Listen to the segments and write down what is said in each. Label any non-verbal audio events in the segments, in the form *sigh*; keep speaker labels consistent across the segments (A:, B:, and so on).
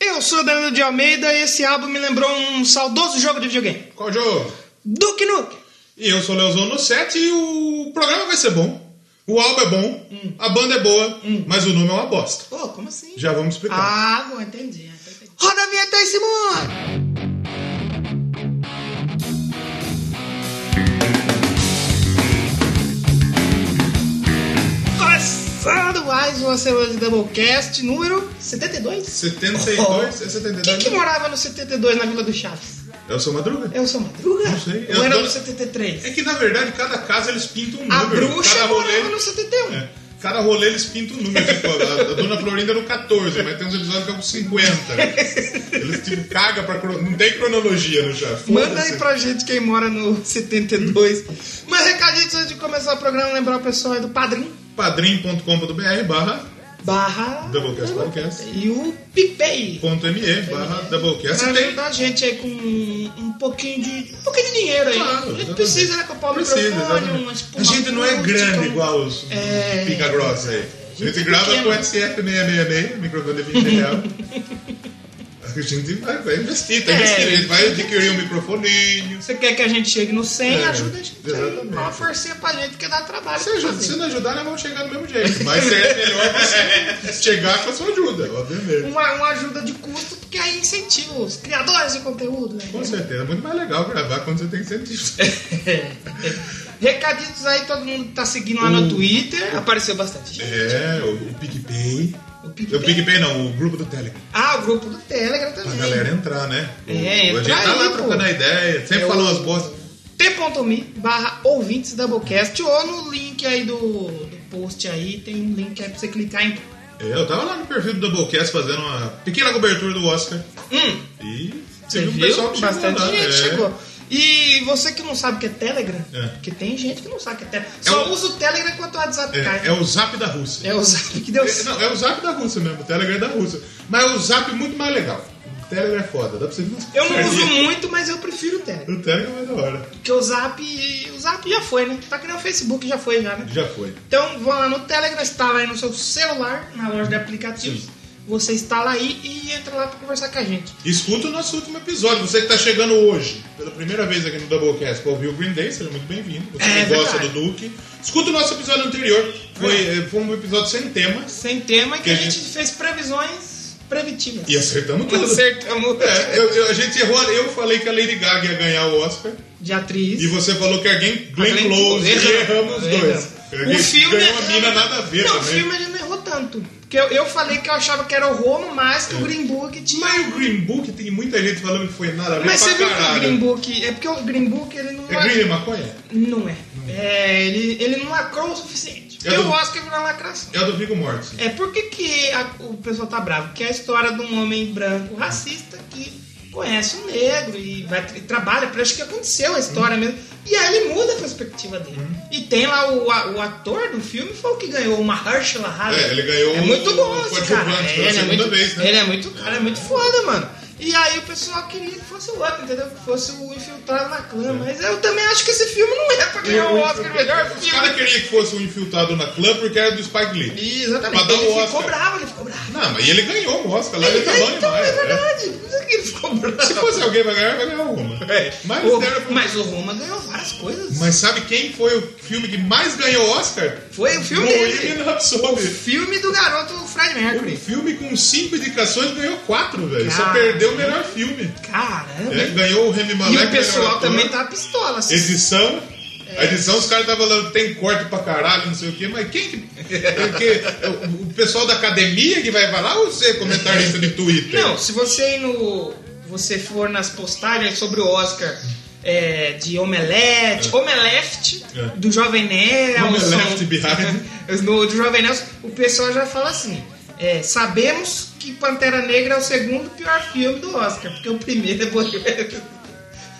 A: eu sou Danilo de Almeida e esse álbum me lembrou um saudoso jogo de videogame.
B: Qual jogo?
A: Duke Nukem.
B: E eu sou o Leozono 7 e o programa vai ser bom. O álbum é bom,
A: Hum.
B: a banda é boa, mas o nome é uma bosta.
A: Pô, como assim?
B: Já vamos explicar.
A: Hum. Ah, bom, entendi. entendi. Roda a vinheta aí, Simone! Começando mais uma semana de Doublecast, número 72? *laughs*
B: 72? É
A: Quem
B: 72?
A: que é? morava no 72 na Vila do Chaves?
B: Eu sou Madruga.
A: Eu sou Madruga?
B: Não sei,
A: Eu,
B: eu
A: era
B: tô-
A: do 73.
B: É que na verdade cada casa eles pintam um
A: A
B: número.
A: bruxa
B: cada
A: morava
B: rolê.
A: no 71.
B: É. Cada rolê eles pintam um número. Tipo, a, a Dona Florinda no 14, mas tem uns episódios que é um 50. né? Eles tipo cagam pra. cro- Não tem cronologia no já.
A: Manda aí
B: Foda-se.
A: pra gente quem mora no *laughs* 72. Mas recadinhos antes de começar o programa, lembrar o pessoal aí do Padrim
B: padrim.com.br barra
A: barra
B: Doublecast Podcast.
A: e o PicPay.
B: Ponto .me barra Doublecast.
A: Pra
B: Tem,
A: ajudar a gente aí com um, um pouquinho de. um pouquinho de dinheiro aí.
B: Claro,
A: a gente
B: exatamente.
A: precisa, né? Comprar o
B: Precisa,
A: microfone,
B: exatamente.
A: uma espuma
B: A gente não é
A: acústica,
B: grande
A: um-
B: igual os
A: É.
B: pica grossa aí. A gente
A: Gente é
B: grava
A: pequena.
B: com o SF666, microfone é de 20 real. A gente vai, vai investir, tá
A: É.
B: investindo. A gente vai adquirir um microfoninho.
A: Você quer que a gente chegue no 100,
B: É,
A: ajuda a gente. aí,
B: exatamente.
A: Dá uma forcinha pra gente, porque dá trabalho.
B: Se,
A: pra
B: ajuda,
A: fazer.
B: se não ajudar, nós vamos chegar do mesmo jeito. Mas é melhor você chegar com a sua ajuda, obviamente.
A: uma, uma ajuda de custo, porque aí incentiva os criadores de conteúdo, né?
B: Com certeza, é muito mais legal gravar quando você tem incentivo.
A: *laughs* Recadinhos aí, todo mundo que tá seguindo lá no Twitter. Apareceu bastante gente.
B: Hum. É, o, o PicPay.
A: O
B: O
A: PicPay.
B: PicPay não, o grupo do Telegram.
A: Ah, o grupo do Telegram
B: Pra
A: também.
B: galera entrar, né? O-
A: É,
B: a gente tá
A: entra aí,
B: lá
A: pô.
B: trocando a ideia, sempre
A: É o-
B: falou as bostas.
A: T.me barra ouvintes Doublecast ou no link aí do, do post aí, tem um link aí pra você clicar em.
B: É, eu tava lá no perfil do Doublecast fazendo uma pequena cobertura do Oscar.
A: Hum,
B: E
A: você
B: teve um
A: viu?
B: pessoal que chegou
A: Bastante
B: lá,
A: gente
B: é.
A: chegou. E você que não sabe o que é Telegram,
B: É.
A: porque tem gente que não sabe o que é Telegram. Só
B: o-
A: usa o Telegram enquanto o WhatsApp cai.
B: É, é o Zap da Rússia.
A: É o zap que deu
B: É, não, é o Zap da Rússia mesmo, o Telegram é da Rússia. Mas é o Zap muito mais legal. O Telegram é foda, dá pra você ver umas
A: Eu não uso
B: perdinhas.
A: muito, mas eu prefiro o Telegram.
B: O Telegram é mais da hora.
A: Porque o Zap, o Zap já foi, né? Tá que nem o Facebook já foi, já, né?
B: Já foi.
A: Então, vão lá no Telegram, instala aí no seu celular, na loja de aplicativos. Você instala aí e entra lá pra conversar com a gente.
B: Escuta o nosso último episódio. Você que tá chegando hoje, pela primeira vez aqui no Doublecast, pra ouvir o Green Day, seja muito bem-vindo. Você
A: É
B: que gosta
A: verdade. É.
B: do Duke. Escuta o nosso episódio anterior. Foi, eh, foi um episódio sem temas.
A: Sem tema, que,
B: Que
A: a
B: a
A: gente fez previsões preventivas.
B: E acertamos tudo.
A: *laughs* Acertamos
B: É, eu, eu- a gente errou. Eu falei que a Lady Gaga ia ganhar o Oscar.
A: de atriz.
B: E você falou que alguém Glenn
A: Glenn
B: Close
A: Close,
B: e erramos os dois.
A: erramos.
B: Alguém
A: O filme
B: ganhou uma
A: é-
B: mina nada a ver
A: não, o
B: também.
A: filme ele não errou tanto. Porque eu, eu falei que eu achava que era o Roma, mas que o Green Book tinha.
B: É. Mas o Green Book tem muita gente falando que foi nada a ver
A: Mas
B: pra
A: você viu que o
B: caralho.
A: Green Book. É porque o Green Book ele não
B: É Green e Maconha?
A: Não é. É, ele, ele não lacrou o suficiente.
B: Eu
A: Eu
B: não-
A: acho que ele não lacração.
B: É o do Viggo Mortensen.
A: É por que, que a- o pessoal tá bravo? Porque é a história de um homem branco racista que conhece um negro e, vai, e trabalha para acho que aconteceu a história mesmo. E aí ele muda a perspectiva dele. E tem lá o, a- o ator do filme foi o que ganhou o Mahershala Ali.
B: É, ele ganhou
A: É muito
B: o-
A: bom
B: o
A: esse cara.
B: coadjuvante
A: ele,
B: pela
A: é
B: segunda
A: muito,
B: vez, né?
A: ele é muito, cara, é muito foda, mano. E aí o pessoal queria que fosse o outro, entendeu? Que fosse o infiltrado na clã. Mas eu também acho que esse filme não é pra ganhar o Oscar, melhor
B: Os
A: filme.
B: caras queriam que fosse um infiltrado na clã porque era do Spike Lee.
A: Exatamente.
B: Pra dar
A: ele
B: o
A: ficou
B: Oscar.
A: bravo, ele ficou bravo.
B: Não, mas ele ganhou o Oscar lá, ele, tá bom
A: então, é
B: demais. né?
A: verdade. Por isso que ele ficou
B: Se
A: bravo.
B: fosse alguém pra ganhar, vai ganhar uma. Mas,
A: o,
B: deram pra-
A: É. mas o Roma ganhou várias coisas.
B: mas sabe quem foi o filme que mais ganhou Oscar?
A: Foi o filme dele.
B: Bohemian Rhapsody.
A: Filme do garoto Fred
B: Um
A: Mercury.
B: filme com cinco indicações ganhou quatro, velho. Só
A: Cara.
B: perdeu o melhor filme.
A: Caramba.
B: É, ganhou o Remy
A: E
B: Malek.
A: o
B: melhor
A: pessoal
B: ator.
A: também tá pistola. assim.
B: Edição.
A: É.
B: A edição, os caras estavam falando, tem corte pra caralho, não sei o quê, mas quem que. Porque o- o pessoal da academia que vai falar ou você, comentarista de Twitter?
A: Não, se você ir no. Você for nas postagens sobre o Oscar é, de Omelete, Omeleft,
B: É.
A: do Jovem Nelson. *laughs*
B: Omeleft Behind.
A: No, do Jovem Nelson, o pessoal já fala assim. é, sabemos que Pantera Negra é o segundo pior filme do Oscar, porque o primeiro é *laughs* Bohemian.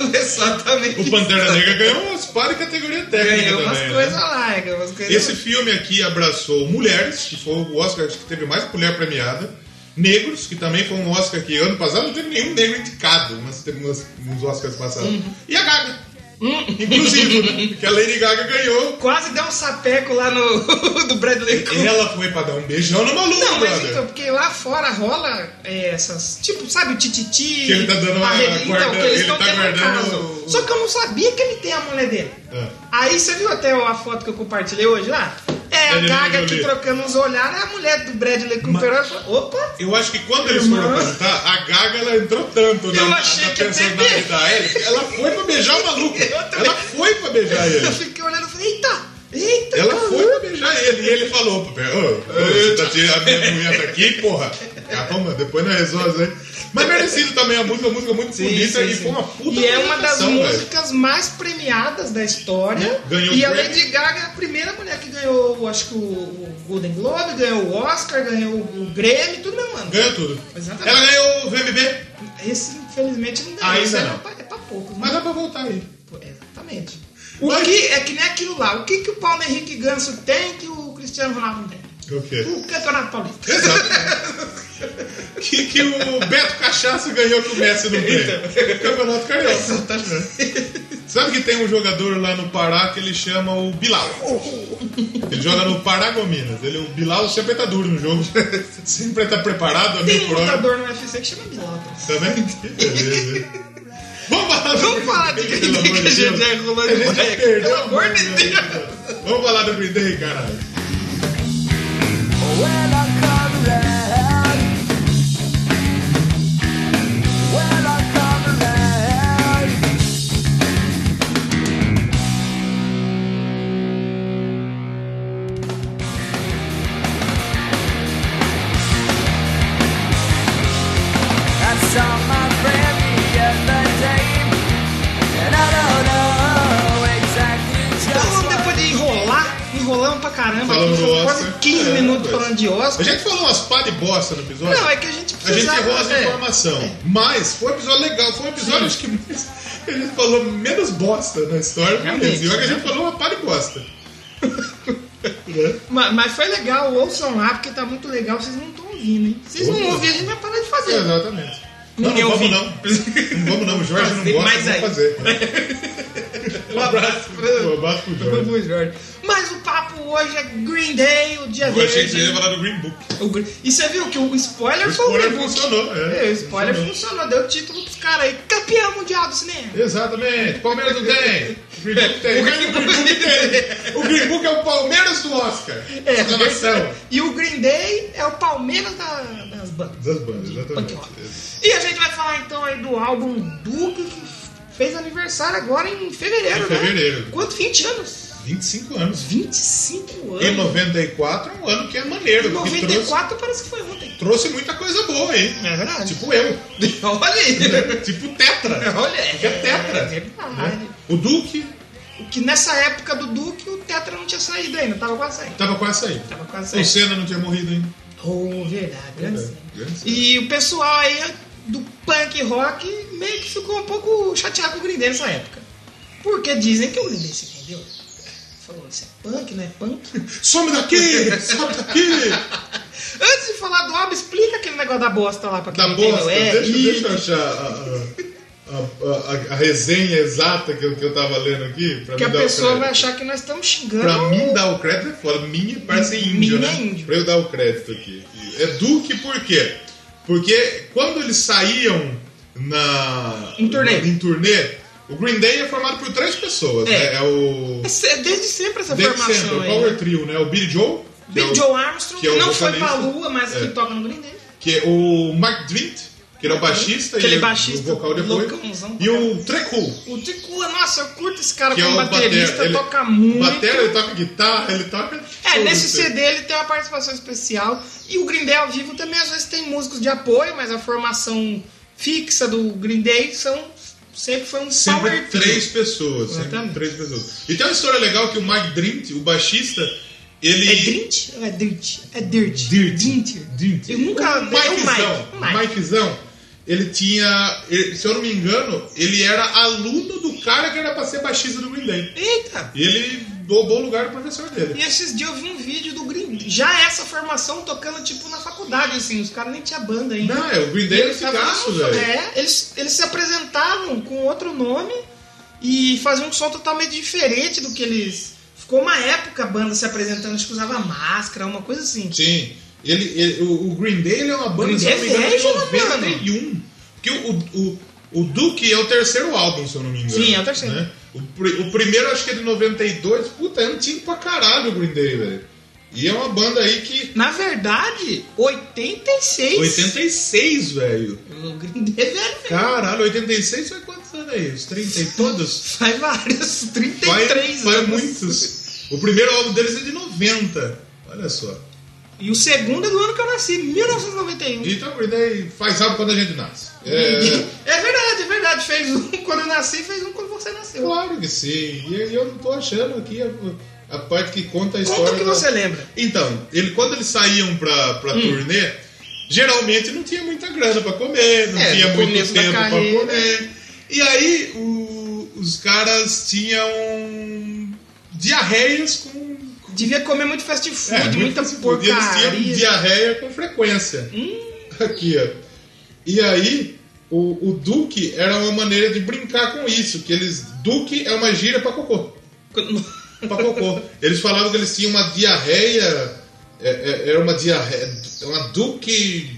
A: O pessoal também.
B: O Pantera Negra ganhou umas par de categoria técnica.
A: ganhou umas
B: também, né?
A: coisas lá, ganhou umas coisas
B: Esse filme aqui abraçou mulheres, que foi o Oscar que teve mais mulher premiada, negros, que também foi um
A: Uhum.
B: Oscar que ano passado não teve nenhum negro indicado, mas teve umas- uns Oscars passados. E a Gaga. Inclusive,
A: *laughs*
B: né? Porque a Lady Gaga ganhou.
A: Quase deu um sapeco lá no *laughs* do Bradley Cooper.
B: Ela foi pra dar um beijão no maluco,
A: Não, mas
B: brother.
A: então, porque lá fora rola é, essas. Tipo, sabe, o tititi.
B: Que ele tá dando uma-
A: a re- Então,
B: guardando-
A: que eles
B: ele
A: estão
B: tá
A: tendo um
B: guardando
A: caso.
B: o-
A: Só que eu não sabia que ele tem a mulher dele.
B: É.
A: Aí você viu até a foto que eu compartilhei hoje lá? É, a
B: Angelina
A: Gaga aqui
B: Jolie.
A: trocando uns olhares, é a mulher do Bradley Cooper. olha e fala, Opa!
B: Eu acho que quando eles foram
A: Irmã.
B: cantar, a Gaga ela entrou tanto na,
A: Eu achei
B: na
A: que ia ter
B: personalidade
A: beijo.
B: da Ellie, que ela foi pra beijar o maluco.
A: Eu também.
B: Ela foi pra beijar
A: Eu
B: ele.
A: fiquei olhando e falei, eita! Eita!
B: Ela
A: caramba.
B: foi pra beijar ele. E ele falou, ô, ô, você tá tirando a minha mulher tá aqui, porra. Calma, depois nós resolve isso aí. Mas merecido também, a música é uma música muito
A: Sim,
B: bonita
A: sim,
B: e
A: sim.
B: foi uma puta
A: E é uma das
B: apresentação, velho.
A: músicas mais premiadas da história.
B: Ganhou
A: e a
B: Grammy.
A: Lady Gaga é a primeira mulher que ganhou, acho que o, o Golden Globe, ganhou o Oscar, ganhou o Grammy, tudo mesmo ano.
B: Ganhou tudo.
A: Exatamente.
B: Ela ganhou o VMB,
A: Esse, infelizmente, não ganhou.
B: Ainda
A: Isso é
B: não.
A: pra- É pra poucos,
B: mas
A: mas...
B: dá pra voltar aí.
A: pô, Exatamente. O que, é que nem aquilo lá. O que, que o Paulo Henrique Ganso tem que o Cristiano Ronaldo não tem?
B: O quê?
A: O Campeonato Paulista.
B: *laughs* Exato. que, que o Beto Cachaço ganhou que o Messi não ganha. Campeonato Carioca. Sabe que tem um jogador lá no Pará que ele chama o Bilal. Ele joga no Paragominas. Ele, o Bilal sempre tá duro no jogo. Sempre tá preparado, a
A: Tem
B: mil
A: um
B: por hora.
A: lutador no UFC que chama Bilal. tá?
B: Também? Que beleza. hein? Vamos falar do
A: Vamos falar *laughs* do
B: Green
A: Green Day,
B: pelo amor
A: que a
B: de
A: gente
B: Deus.
A: já enrolou
B: A gente
A: demais.
B: já perdeu
A: Pelo
B: a
A: amor
B: mão,
A: de
B: né?
A: Deus.
B: Vamos falar do Green Day, caralho.
C: When I come around, when I come around. I saw my friend the other day, and I don't know exactly just
A: Então,
C: what.
A: depois de enrolar, enrolamos pra caramba,
B: Falando
A: aqui,
B: do
A: foi
B: Oscar.
A: quase 15
B: É,
A: minutos
B: pois.
A: falando de
B: A
A: Oscar.
B: gente falou umas pá de bosta no episódio.
A: Não, é que a gente
B: A gente
A: precisava...
B: errou as
A: é.
B: informação. Mas foi um episódio legal. Foi um episódio acho que mais- a gente falou menos bosta na história.
A: Realmente,
B: Realmente. E olha que a gente falou uma pá de bosta. Né?
A: Ma- Mas, foi legal, ouçam lá, porque tá muito legal, vocês não estão ouvindo, hein? Vocês não
B: Ouça.
A: ouvem, a gente vai parar de
B: É,
A: fazer.
B: Exatamente. Não,
A: Ninguém
B: não vamos
A: ouviu.
B: não. Não vamos não. O Jorge não
A: Fazer
B: gosta.
A: mais
B: Vamos
A: aí.
B: fazer. Um abraço.
A: pra-
B: Um abraço pro
A: *laughs*
B: Jorge.
A: Vamos, Jorge. Mas o papo hoje é Green Day, o dia
B: Eu achei que você
A: dele.
B: ia falar do Green Book.
A: O Gre- E você viu que o spoiler,
B: O
A: foi o
B: spoiler
A: É um Green Book.
B: funcionou.
A: É,
B: É,
A: o spoiler funcionou. deu o título pros caras aí. Campeão mundial do cinema.
B: Exatamente. Palmeiras não tem. O Green Book tem. O Green Book tem. O Green Book é o Palmeiras do Oscar.
A: É,
B: Exclamação.
A: e o Green Day é o Palmeiras da- das bandas.
B: Das bandas,
A: Punk
B: exatamente.
A: rock. E a gente vai falar então aí do álbum Duke que fez aniversário agora em fevereiro,
B: Em
A: né?
B: fevereiro.
A: Quanto? 20 anos?
B: 25 anos.
A: 25
B: Em
A: anos.
B: 94 é um ano que é maneiro.
A: Em
B: que trouxe,
A: 94 parece que foi ontem.
B: trouxe muita coisa boa aí.
A: É verdade.
B: Tipo eu.
A: *laughs* Olha
B: *laughs*
A: aí.
B: né? tipo Tetra.
A: *laughs* Olha.
B: Que é tetra.
A: É verdade.
B: né? O Duque
A: O Que nessa época do Duke o Tetra não tinha saído ainda. Tava quase saindo.
B: tava quase saindo.
A: Tava quase
B: O
A: saindo.
B: Senna não tinha morrido ainda.
A: Oh, verdade. grande cena.
B: É, grande cena.
A: E o pessoal aí do punk rock meio que ficou um pouco chateado com o Green Day nessa época. Porque dizem que o Green Day se entendeu. Falou, isso é punk, não é punk? *laughs*
B: Some daqui! Some daqui!
A: Antes de falar do álbum, explica aquele negócio da bosta lá pra quem
B: Da
A: não
B: Tá bosta.
A: entendeu. É,
B: deixa,
A: e-
B: deixa eu achar a, a- a- a- a resenha exata que eu, que eu tava lendo aqui. Pra
A: que
B: me
A: a
B: dar o
A: pessoa
B: crédito.
A: vai achar que nós estamos xingando.
B: Pra mim dar o crédito é foda. Minha parece
A: Minha
B: índio,
A: é
B: né?
A: índio.
B: Pra eu dar o crédito aqui. É Duque por quê? Porque quando eles saíam na.
A: Em turnê.
B: Em turnê, o Green Day é formado por três pessoas,
A: É.
B: né? É o.
A: É se- Desde sempre *laughs* essa
B: Desde
A: formação
B: sempre, o
A: aí.
B: Power Trio, né? O Billy Joe. que é
A: Bill
B: o-
A: Joe Armstrong,
B: que é o
A: que não foi pra
B: vocalista.
A: lua, mas
B: É.
A: que toca no Green Day.
B: Que é o Mark Dwight, que ele é o baixista
A: Aquele
B: e
A: baixista
B: o vocal depois.
A: loucãozão.
B: E o Trecul.
A: O Ticula, nossa, eu curto esse cara
B: Que é
A: como
B: o
A: baterista,
B: batera. Ele-
A: toca muito.
B: Batera, ele toca guitarra, ele toca.
A: É,
B: tudo
A: nesse
B: isso aí.
A: CD ele tem uma participação especial. E o Green Day ao vivo também às vezes tem músicos de apoio, mas a formação fixa do Green Day são, sempre foi um
B: Sempre
A: power trio.
B: três pessoas. Sempre
A: Exatamente.
B: três pessoas. E tem uma história legal que o Mike Drint, o baixista, ele.
A: É Drint ou é Dirt? É Dirt.
B: Dirt. Um
A: Drint.
B: Drint.
A: Eu nunca- é
B: O
A: o
B: Mikezão.
A: Mike, o
B: O
A: Mike.
B: Mikezão, ele tinha. ele- se eu não me engano, ele era aluno do cara que era pra ser baixista do Green Day.
A: Eita!
B: E ele roubou o lugar do professor dele.
A: E esses dias eu vi um vídeo do Green Day. Já essa formação tocando tipo na faculdade, assim. Os caras nem tinham banda ainda.
B: Não, é, o Green Day era
A: um Eles estavam-
B: ficaço, velho.
A: É, eles, eles se apresentavam com outro nome e fazia um som totalmente diferente do que eles. Ficou uma época a banda se apresentando, acho que usava máscara, uma coisa assim.
B: Sim. Ele, ele- o, o Green Day ele é uma banda,
A: Green
B: se eu não me
A: Day
B: engano,
A: é
B: de
A: velho, mano.
B: 91. Porque o, o, o, o Duke é o terceiro álbum, se eu não me engano.
A: Sim, é o terceiro.
B: né? O, pri- o primeiro acho que é de 92. Puta, é antigo pra caralho o Green Day, velho. E é uma banda aí que...
A: Na verdade, 86.
B: 86, velho.
A: O Green Day é velho, velho.
B: Caralho, 86 foi quantos anos aí? Os 30 e todos?
A: Faz vários, 33
B: Vai, vai
A: anos.
B: muitos. O primeiro álbum deles é de 90. Olha só.
A: E o segundo é do ano que eu nasci, 1991.
B: Então, o Green Day faz álbum quando a gente nasce.
A: *laughs*
B: É...
A: É... verdade, é verdade. Fez um quando eu nasci, fez um quando você nasceu.
B: Claro que sim. E eu- eu não tô achando aqui a, a parte que conta a história.
A: Conta o que
B: da-
A: você Hum. lembra.
B: Então, ele, quando eles saíam pra, pra turnê, geralmente não tinha muita grana pra comer, não
A: É,
B: tinha
A: no
B: muito
A: começo da
B: tempo pra
A: carreira.
B: comer. E aí o- os caras tinham diarreias com.
A: Devia comer muito fast food,
B: é, *laughs*
A: muita
B: muito- Eles tinham
A: porcaria. Hum.
B: diarreia com frequência. Aqui, ó. E aí, o, o Duque era uma maneira de brincar com isso, que eles. Duque é uma gíria pra cocô. pra cocô. Eles falavam que eles tinham uma diarreia. é, é, Era uma diarreia. Uma Duque. de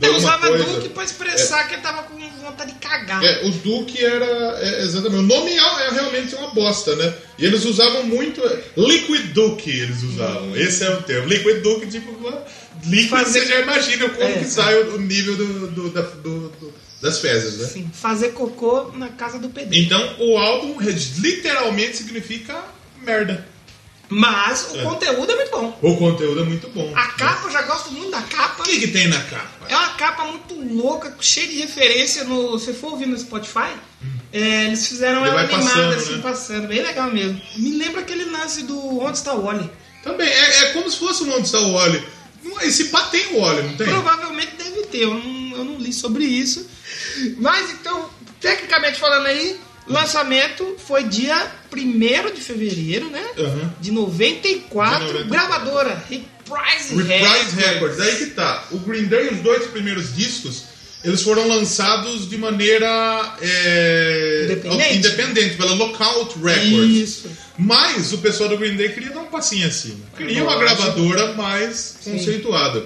A: *laughs* Eu
B: alguma
A: usava
B: coisa.
A: Duke pra expressar que ele tava com vontade de cagar.
B: É, o Duque era. é, exatamente. O nome é, é realmente uma bosta, né? E eles usavam muito. é, Liquid Duke eles usavam. Esse é o termo. Liquid Duke, tipo. uma- Líquido,
A: Fazer-
B: você já imagina como
A: É.
B: que sai o, o nível do, do- da- do- do- das fezes, né?
A: Assim, fazer cocô na casa do Pedro.
B: Então o álbum literalmente significa merda.
A: Mas o
B: É.
A: conteúdo é muito bom.
B: O conteúdo é muito bom.
A: A capa, eu já gosto muito da capa.
B: O que, que tem na capa?
A: É uma capa muito louca, cheia de referência. No, se você for ouvir no Spotify, é, eles fizeram
B: Ele
A: ela
B: vai
A: animada,
B: passando,
A: assim,
B: né?
A: passando. Bem legal mesmo. Me lembra aquele lance do Onde Está o Wally.
B: Também, é, é como se fosse um onde está o óleo. é, Esse pá tem o óleo, não tem?
A: Provavelmente deve ter, eu não, eu não li sobre isso. Mas então, tecnicamente falando aí, lançamento foi dia 1 de fevereiro, né?
B: Aham.
A: De 94,
B: É. De 94.
A: gravadora Reprise,
B: Reprise
A: Records.
B: Records, aí que tá. O Green Day, os dois primeiros discos, eles foram lançados de maneira é,
A: Independente.
B: independente, pela Lookout Records.
A: Isso.
B: Mas o pessoal do Green Day queria dar um passinho acima. Queria uma
A: Lógico.
B: gravadora mais conceituada.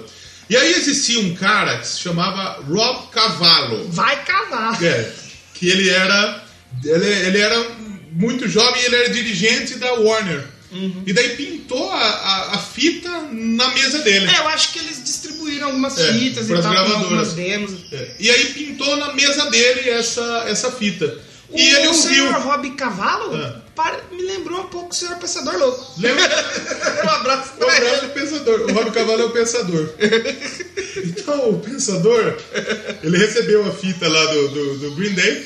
B: E aí existia um cara que se chamava Rob Cavallo.
A: Vai cavar.
B: É, que ele era. Ele, ele era muito jovem e ele era dirigente da Warner.
A: Uhum.
B: E daí pintou a, a- a fita na mesa dele.
A: É, eu acho que eles distribuíram algumas
B: É,
A: fitas e
B: pras
A: tal, com
B: gravadoras.
A: algumas demos.
B: É, E aí pintou na mesa dele essa, essa fita.
A: O
B: e ele ouviu.
A: senhor Rob Cavalo
B: Ah.
A: pare- me lembrou um pouco o senhor Pensador Louco.
B: *laughs* Lembra?
A: um abraço
B: O
A: pra
B: Rob é
A: ele.
B: o pensador. O Rob Cavalo é o pensador.
A: *laughs*
B: Então, o pensador, ele recebeu a fita lá do, do, do Green Day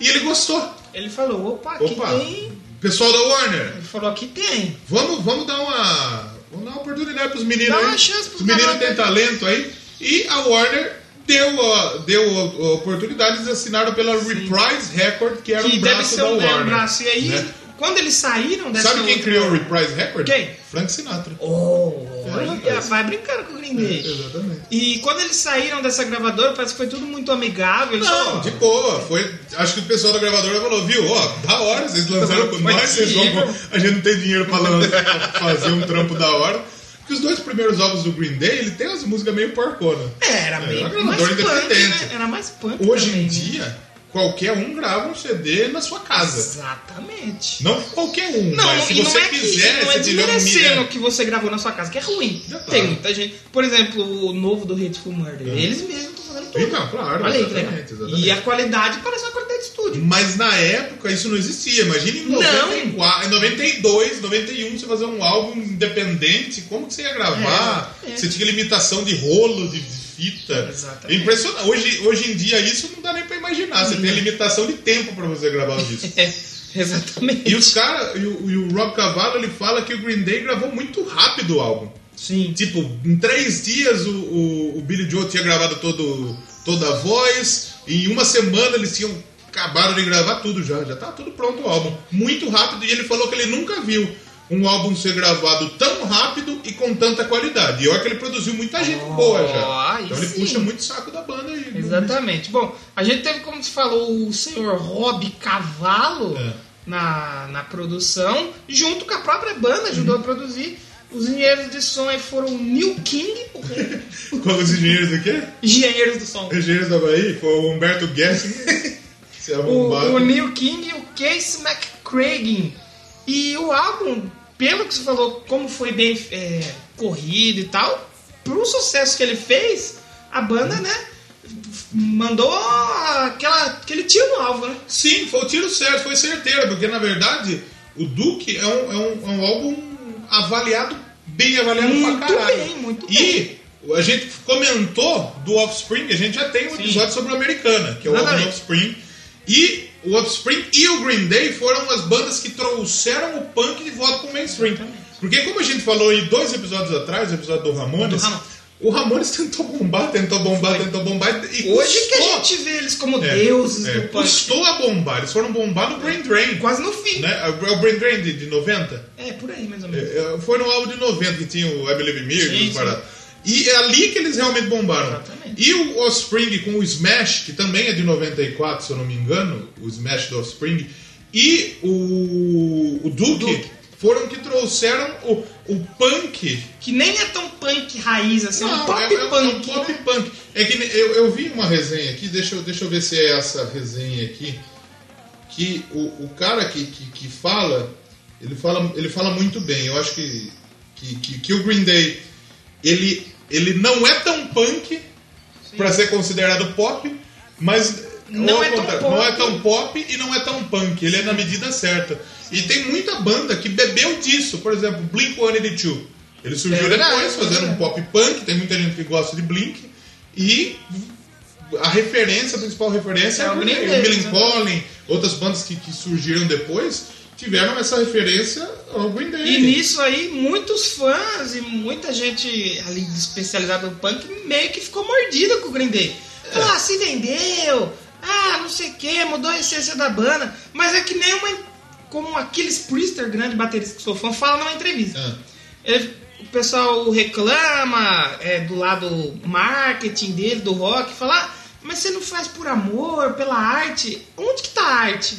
B: e ele gostou.
A: Ele falou, opa, aqui
B: Opa,
A: tem...
B: pessoal da Warner,
A: Ele falou, aqui tem.
B: Vamos, vamos dar uma. Vamos dar uma oportunidade pros meninos
A: Dá
B: aí.
A: uma chance pros
B: Os meninos
A: garotos.
B: têm talento aí. E a Warner deu, a- deu a- a oportunidade, eles assinaram pela Reprise Record, que era
A: que
B: um
A: deve
B: braço
A: ser
B: da
A: um, é,
B: Warner.
A: um braço. E aí,
B: né?
A: quando eles saíram dessa.
B: Sabe quem
A: outra-
B: criou o Reprise Record?
A: Quem?
B: Frank Sinatra.
A: Oh,
B: É,
A: olha,
B: é.
A: vai brincando com o Green Day.
B: Exatamente.
A: E quando eles saíram dessa gravadora, parece que foi tudo muito amigável. Eles
B: Não,
A: falaram, "Oh,
B: de boa. Foi, acho que o pessoal da gravadora falou, viu, ó, da hora, vocês lançaram com
A: *laughs* Foi
B: nós, vocês vão.
A: incrível.
B: A gente não tem dinheiro pra, lan- pra fazer um trampo da hora. Porque os dois primeiros álbuns do Green Day, ele tem as músicas meio porcona.
A: "É, era meio
B: uma
A: mais
B: gravadora
A: punk,
B: independente.
A: né? Era mais punk.
B: Hoje
A: também,
B: em
A: né?
B: dia, qualquer um grava um CD na sua casa.
A: Exatamente.
B: Não qualquer um,
A: Não,
B: mas se
A: e não
B: você
A: é
B: quiser,
A: que, não é
B: você tiver um
A: desmerecendo o
B: milhão.
A: que você gravou na sua casa, que é ruim.
B: É claro.
A: Tem muita gente. Por exemplo, o novo do Hateful Murder. Eles mesmos estão fazendo tudo.
B: Então, É. claro,
A: Olha aí que legal.
B: exatamente,
A: E
B: exatamente. Hum.
A: a qualidade parece uma qualidade de estúdio.
B: Mas na época isso não existia. Imagina em
A: Não.
B: 94, em 92, 91, você fazer um álbum independente, como que você ia gravar?
A: É, é.
B: Você tinha limitação de rolo, de, de fita.
A: Exatamente.
B: É impressionante. Hoje, hoje em dia isso não dá nem pra imaginar. Você tem limitação de tempo pra você gravar o disco.
A: É, *laughs* exatamente.
B: E os caras, e, o- e o Rob Cavallo, ele fala que o Green Day gravou muito rápido o álbum.
A: Sim.
B: Tipo, em três dias o, o, o Billy Joe tinha gravado todo, toda a voz, e em uma semana eles tinham acabado de gravar tudo já, já tá tudo pronto o álbum. Muito rápido, e ele falou que ele nunca viu um álbum ser gravado tão rápido e com tanta qualidade. E olha que ele produziu muita gente boa já.
A: Oh, aí
B: Então ele
A: sim.
B: puxa muito saco da banda aí. do-
A: Exatamente. Bom, a gente teve, como se falou, o senhor Rob Cavalo
B: É.
A: na, na produção, junto com a própria banda, ajudou a produzir. Os engenheiros de som aí foram Neil King, *laughs* o rei,
B: Com os engenheiros do quê?
A: engenheiros do som.
B: Os engenheiros da Bahia? Foi o Humberto Guess.
A: *laughs*
B: Se
A: o,
B: arrombado.
A: o Neil King e o Case McCragen. E o álbum, pelo que você falou, como foi bem é, corrido e tal, pro sucesso que ele fez, a banda, né, mandou aquela, aquele tiro no alvo, né?
B: Sim, foi o tiro certo, foi certeiro, porque na verdade o Duke é um, é um, é um álbum avaliado, bem avaliado
A: Muito
B: pra caralho.
A: bem, muito
B: e a gente comentou do Offspring, a gente já tem um episódio sobre o Americana, que é o álbum do
A: Exatamente.
B: Offspring. E o Offspring e o Green Day foram as bandas que trouxeram o punk de volta pro mainstream. Porque como a gente falou em dois episódios atrás, o episódio do Ramones,
A: Do Ramones.
B: o Ramones *laughs* tentou bombar, tentou bombar, tentou bombar e
A: Hoje que a
B: custou.
A: gente vê eles como
B: É,
A: deuses
B: é,
A: do punk.
B: Custou a bombar, eles foram bombar no Brain Drain.
A: Quase no fim.
B: Né? É O Brain Drain de, de 90?
A: É, por aí mais ou
B: É,
A: menos.
B: é, Foi no álbum de 90 que tinha o I Believe in
A: Sim,
B: Miracles.
A: sim.
B: parada. E é ali que eles realmente bombaram.
A: Exatamente.
B: E o Offspring com o Smash, que também é de 94, se eu não me engano, o Smash do Offspring, e o, o Duke,
A: Duke.
B: foram que trouxeram o, o punk
A: Que nem é tão punk raiz assim, é um pop
B: é- é-
A: punk.
B: É um pop
A: né?
B: punk. É que ne- eu, eu vi uma resenha aqui, deixa eu, deixa eu ver se é essa resenha aqui. Que o, o cara que, que, que fala, ele fala, ele fala muito bem. Eu acho que, que, que, que o Green Day, ele, ele não é tão punk pra ser considerado pop, mas
A: Não
B: ou ao
A: é tão
B: contrário,
A: pop.
B: não é tão pop e não é tão punk. Ele é na medida certa. E tem muita banda que bebeu disso. Por exemplo, Blink 182. Ele surgiu
A: É verdade,
B: depois fazendo um
A: é
B: pop punk. Tem muita gente que gosta de Blink. E a referência, a principal referência
A: É
B: é
A: o
B: o
A: Green
B: Green
A: Day,
B: Day, Colin, outras bandas que, que surgiram depois tiveram essa referência ao Green Day.
A: E nisso aí, muitos fãs e muita gente ali especializada no punk meio que ficou mordida com o Green Day. Falou, ah, se vendeu, ah, não sei o que, mudou a essência da banda. Mas é que nem uma, como aqueles Priester, grande baterista que sou fã, fala numa entrevista.
B: Ah,
A: Ele- É, o pessoal reclama é, do lado marketing dele, do rock, fala, "Ah, mas você não faz por amor, pela arte? Onde que tá a arte?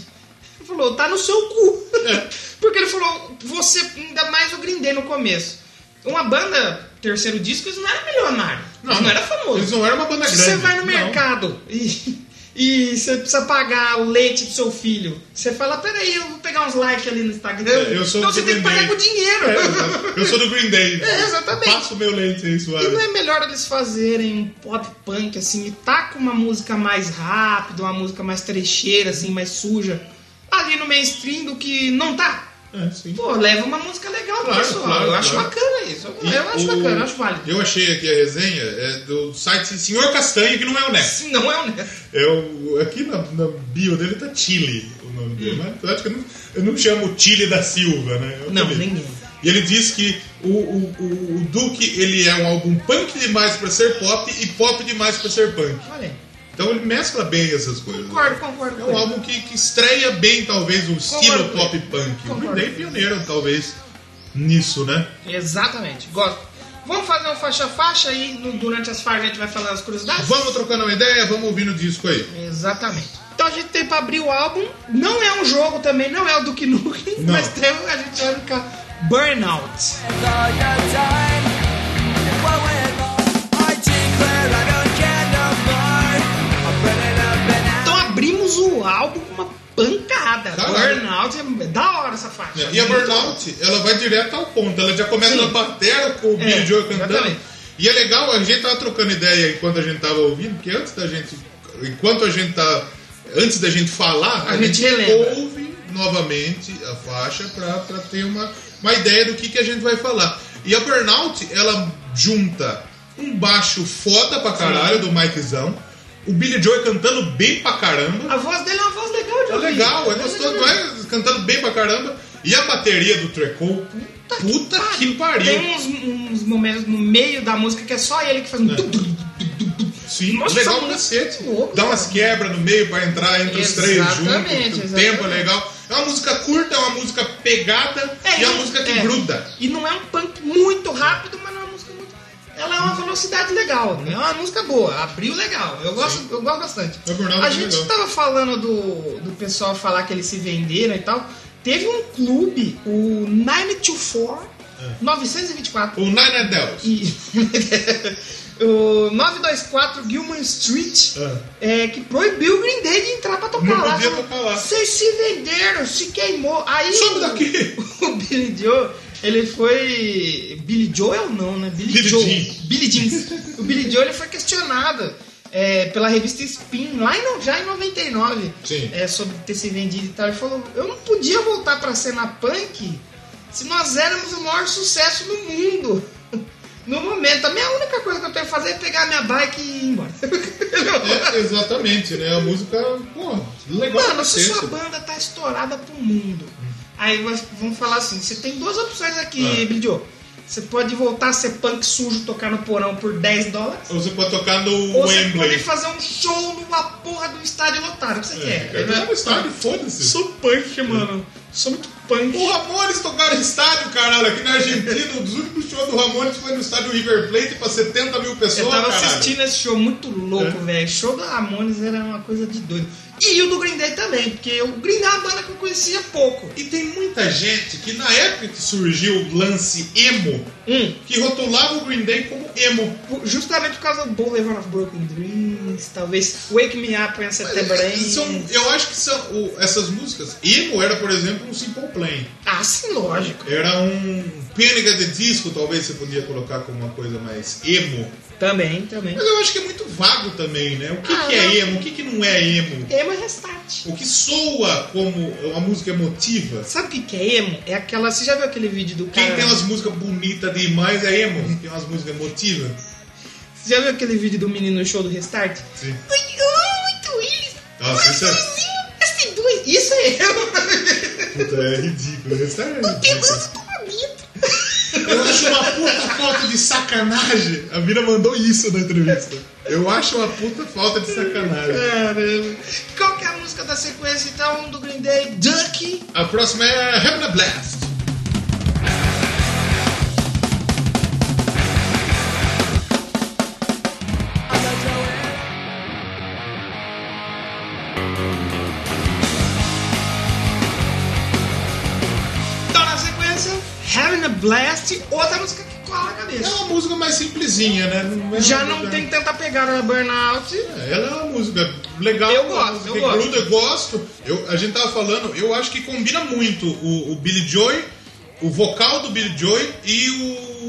A: Ele falou, tá no seu cu. *laughs* Porque ele falou, você, ainda mais o Green Day no começo. Uma banda, terceiro disco, eles não eram milionários. Não, não era famoso.
B: Eles não eram uma banda
A: Se
B: grande.
A: você vai no
B: não.
A: mercado e, e você precisa pagar o leite do seu filho, você fala, peraí, eu vou pegar uns likes ali no Instagram.
B: É, eu sou
A: então
B: do
A: você tem que
B: Green
A: pagar
B: Day.
A: com dinheiro.
B: É, exato. *laughs* eu sou do Green Day.
A: É, exatamente.
B: Passo meu leite aí, suave.
A: E não é melhor eles fazerem um pop punk, assim, e tá com uma música mais rápida, uma música mais trecheira, assim, mais suja, ali no mainstream do que não tá?
B: É, sim.
A: Pô, leva uma música legal pro
B: Claro,
A: pessoal.
B: claro,
A: eu acho
B: claro.
A: bacana isso. Eu,
B: E
A: eu acho
B: o-
A: bacana, eu acho válido.
B: Eu achei aqui a resenha é do site Senhor Castanho, que não é o Neto.
A: Se não é honesto.
B: É o, aqui na, na bio dele tá Chile o nome dele, né? Eu acho que eu não, eu não chamo Chile da Silva, né? Eu
A: Hum. Não,
B: falei.
A: ninguém.
B: E ele diz que o, o, o, o Duke ele é um álbum punk demais pra ser pop e pop demais pra ser punk.
A: Olha aí.
B: Então ele mescla bem essas coisas.
A: Concordo, concordo.
B: É
A: com
B: um
A: ele.
B: álbum que, que estreia bem, talvez, o estilo
A: Concordo.
B: pop punk. O Green
A: Concordo.
B: Day pioneiro, talvez, nisso, né?
A: Exatamente, gosto. Vamos fazer um faixa-faixa aí, no- durante as faixas a gente vai falando as curiosidades?
B: Vamos trocando uma ideia, vamos ouvindo o disco aí.
A: Exatamente. Então a gente tem pra abrir o álbum. Não é um jogo também, não é o Duke Nukem,
B: Não.
A: mas tem, a gente vai ficar Burnout. Então abrimos o álbum com uma pancada.
B: Caralho.
A: Burnout é da hora essa faixa.
B: Tá Né? E a Burnout, ela vai direto ao ponto. Ela já começa
A: Sim.
B: na batera com o
A: É,
B: Billy Joe cantando.
A: exatamente.
B: E é legal, a gente tava trocando ideia enquanto a gente tava ouvindo, porque antes da gente. Enquanto a gente tá. Antes da gente falar,
A: A gente relembra.
B: ouve novamente a faixa pra, pra ter uma, uma ideia do que, que a gente vai falar. E a Burnout, ela junta um baixo foda pra caralho do Mikezão, o Billy Joe cantando bem pra caramba.
A: A voz dele é uma voz legal de
B: É
A: ouvir.
B: legal, é gostoso,
A: legal.
B: é cantando bem pra caramba. E a bateria do Trecou, puta, que pariu.
A: Tem uns, uns momentos no meio da música que é só ele que faz um...
B: é? É.
A: tum, tum, tum, tum, tum.
B: Sim,
A: Nossa,
B: legal
A: essa
B: pra
A: música
B: cacete.
A: é louca.
B: Dá umas quebras no meio pra entrar entre os três
A: Exatamente,
B: juntos. O
A: exatamente.
B: tempo é legal. É uma música curta, é uma música pegada e é uma música que
A: é.
B: gruda.
A: E não é um punk muito rápido, mas não é uma música muito. ela é uma velocidade legal, é uma música boa, abriu legal. Eu gosto, eu gosto bastante.
B: Eu concordo,
A: A
B: acho
A: gente
B: É legal.
A: tava falando do, do pessoal falar que eles se venderam e tal. Teve um clube, o 924,
B: É.
A: 924,
B: O Nine at Dells.
A: e *laughs* o 924 Gilman Street é, que proibiu o Green Day de entrar pra tocar
B: Não
A: lá.
B: podia
A: Falou,
B: tocar lá.
A: Vocês se venderam, se queimou. Aí
B: Some
A: o,
B: daqui."
A: *laughs* o Billy Joe, ele foi. Billy Joe é o não, né? Billy,
B: Billy
A: Joe.
B: Jean.
A: Billy Jeans. o Billy Joe ele foi questionado. é, pela revista Spin, lá em, no- já em 99,
B: Sim.
A: é, sobre ter se vendido e tal, ele falou: Eu não podia voltar pra cena punk se nós éramos o maior sucesso do mundo *laughs* no momento. A minha única coisa que eu tenho que fazer é pegar minha bike e ir embora. *laughs*
B: É, exatamente, né? A música, pô, legal. pra
A: Mano, se
B: cacete.
A: sua banda tá estourada pro mundo, aí nós vamos falar assim: você tem duas opções aqui,
B: Ah.
A: Bidio. Você pode voltar a ser punk sujo, tocar no porão por 10 dólares.
B: Ou você pode tocar no
A: Ou você pode
B: Wembley.
A: fazer um show numa porra do estádio lotado. O que você quer?
B: É, Cara, tocar no estádio, foda-se.
A: Sou
B: Hum.
A: punk, mano. Sou muito punk.
B: O Ramones tocaram no estádio, caralho, aqui na Argentina. Um dos últimos shows do Ramones foi no estádio River Plate pra 70 mil pessoas,
A: Eu tava
B: caralho. É.
A: assistindo esse show muito louco, velho. O show do Ramones era uma coisa de doido. E o do Green Day também, porque o Green Day é uma banda que eu conhecia pouco.
B: E tem muita gente que na época que surgiu o lance emo,
A: Hum,
B: que rotulava o Green Day como emo.
A: por- justamente por causa do Boulevard of Broken Dreams, talvez Wake Me Up em September Rain.
B: São, eu acho que são o- essas músicas. Emo era, por exemplo, um Simple Plan.
A: Ah, sim, lógico.
B: Era um Panic! de Disco, talvez você podia colocar como uma coisa mais emo.
A: Também, também.
B: Mas eu acho que é muito vago também, né? O que,
A: Ah,
B: que é
A: não.
B: emo? O que, que não é emo?
A: Emo é restart.
B: O que soa como uma música emotiva?
A: Sabe o que que é emo? É aquela. Você já viu aquele vídeo do
B: Quem
A: cara.
B: tem umas músicas bonitas demais é emo. Tem umas músicas emotivas.
A: Você já viu aquele vídeo do menino no show do restart?
B: Sim.
A: Ui, ui, muito isso!
B: Nossa, isso é-
A: Esse dois. Isso é emo!
B: Puta, é ridículo. Isso é
A: Que
B: ridículo.
A: gosto bonito!
B: Eu acho uma puta falta de sacanagem. A Mira mandou isso na entrevista. Eu acho uma puta falta de sacanagem.
A: Caramba. Qual que é a música da sequência então do Green Day? Duck.
B: A próxima é Heaven a Blast.
A: Então na sequência, Having a Blast, outra música que cola a
B: É
A: cabeça.
B: uma música mais simplesinha, né? Não é uma
A: Já não
B: música-
A: tem tanta pegada na Burnout.
B: É, Ela é uma música legal.
A: Eu
B: uma
A: gosto,
B: música
A: eu
B: que
A: gosto.
B: gruda, eu gosto. Eu- a gente tava falando, eu acho que combina muito o, o Billy Joy, o vocal do Billy Joy e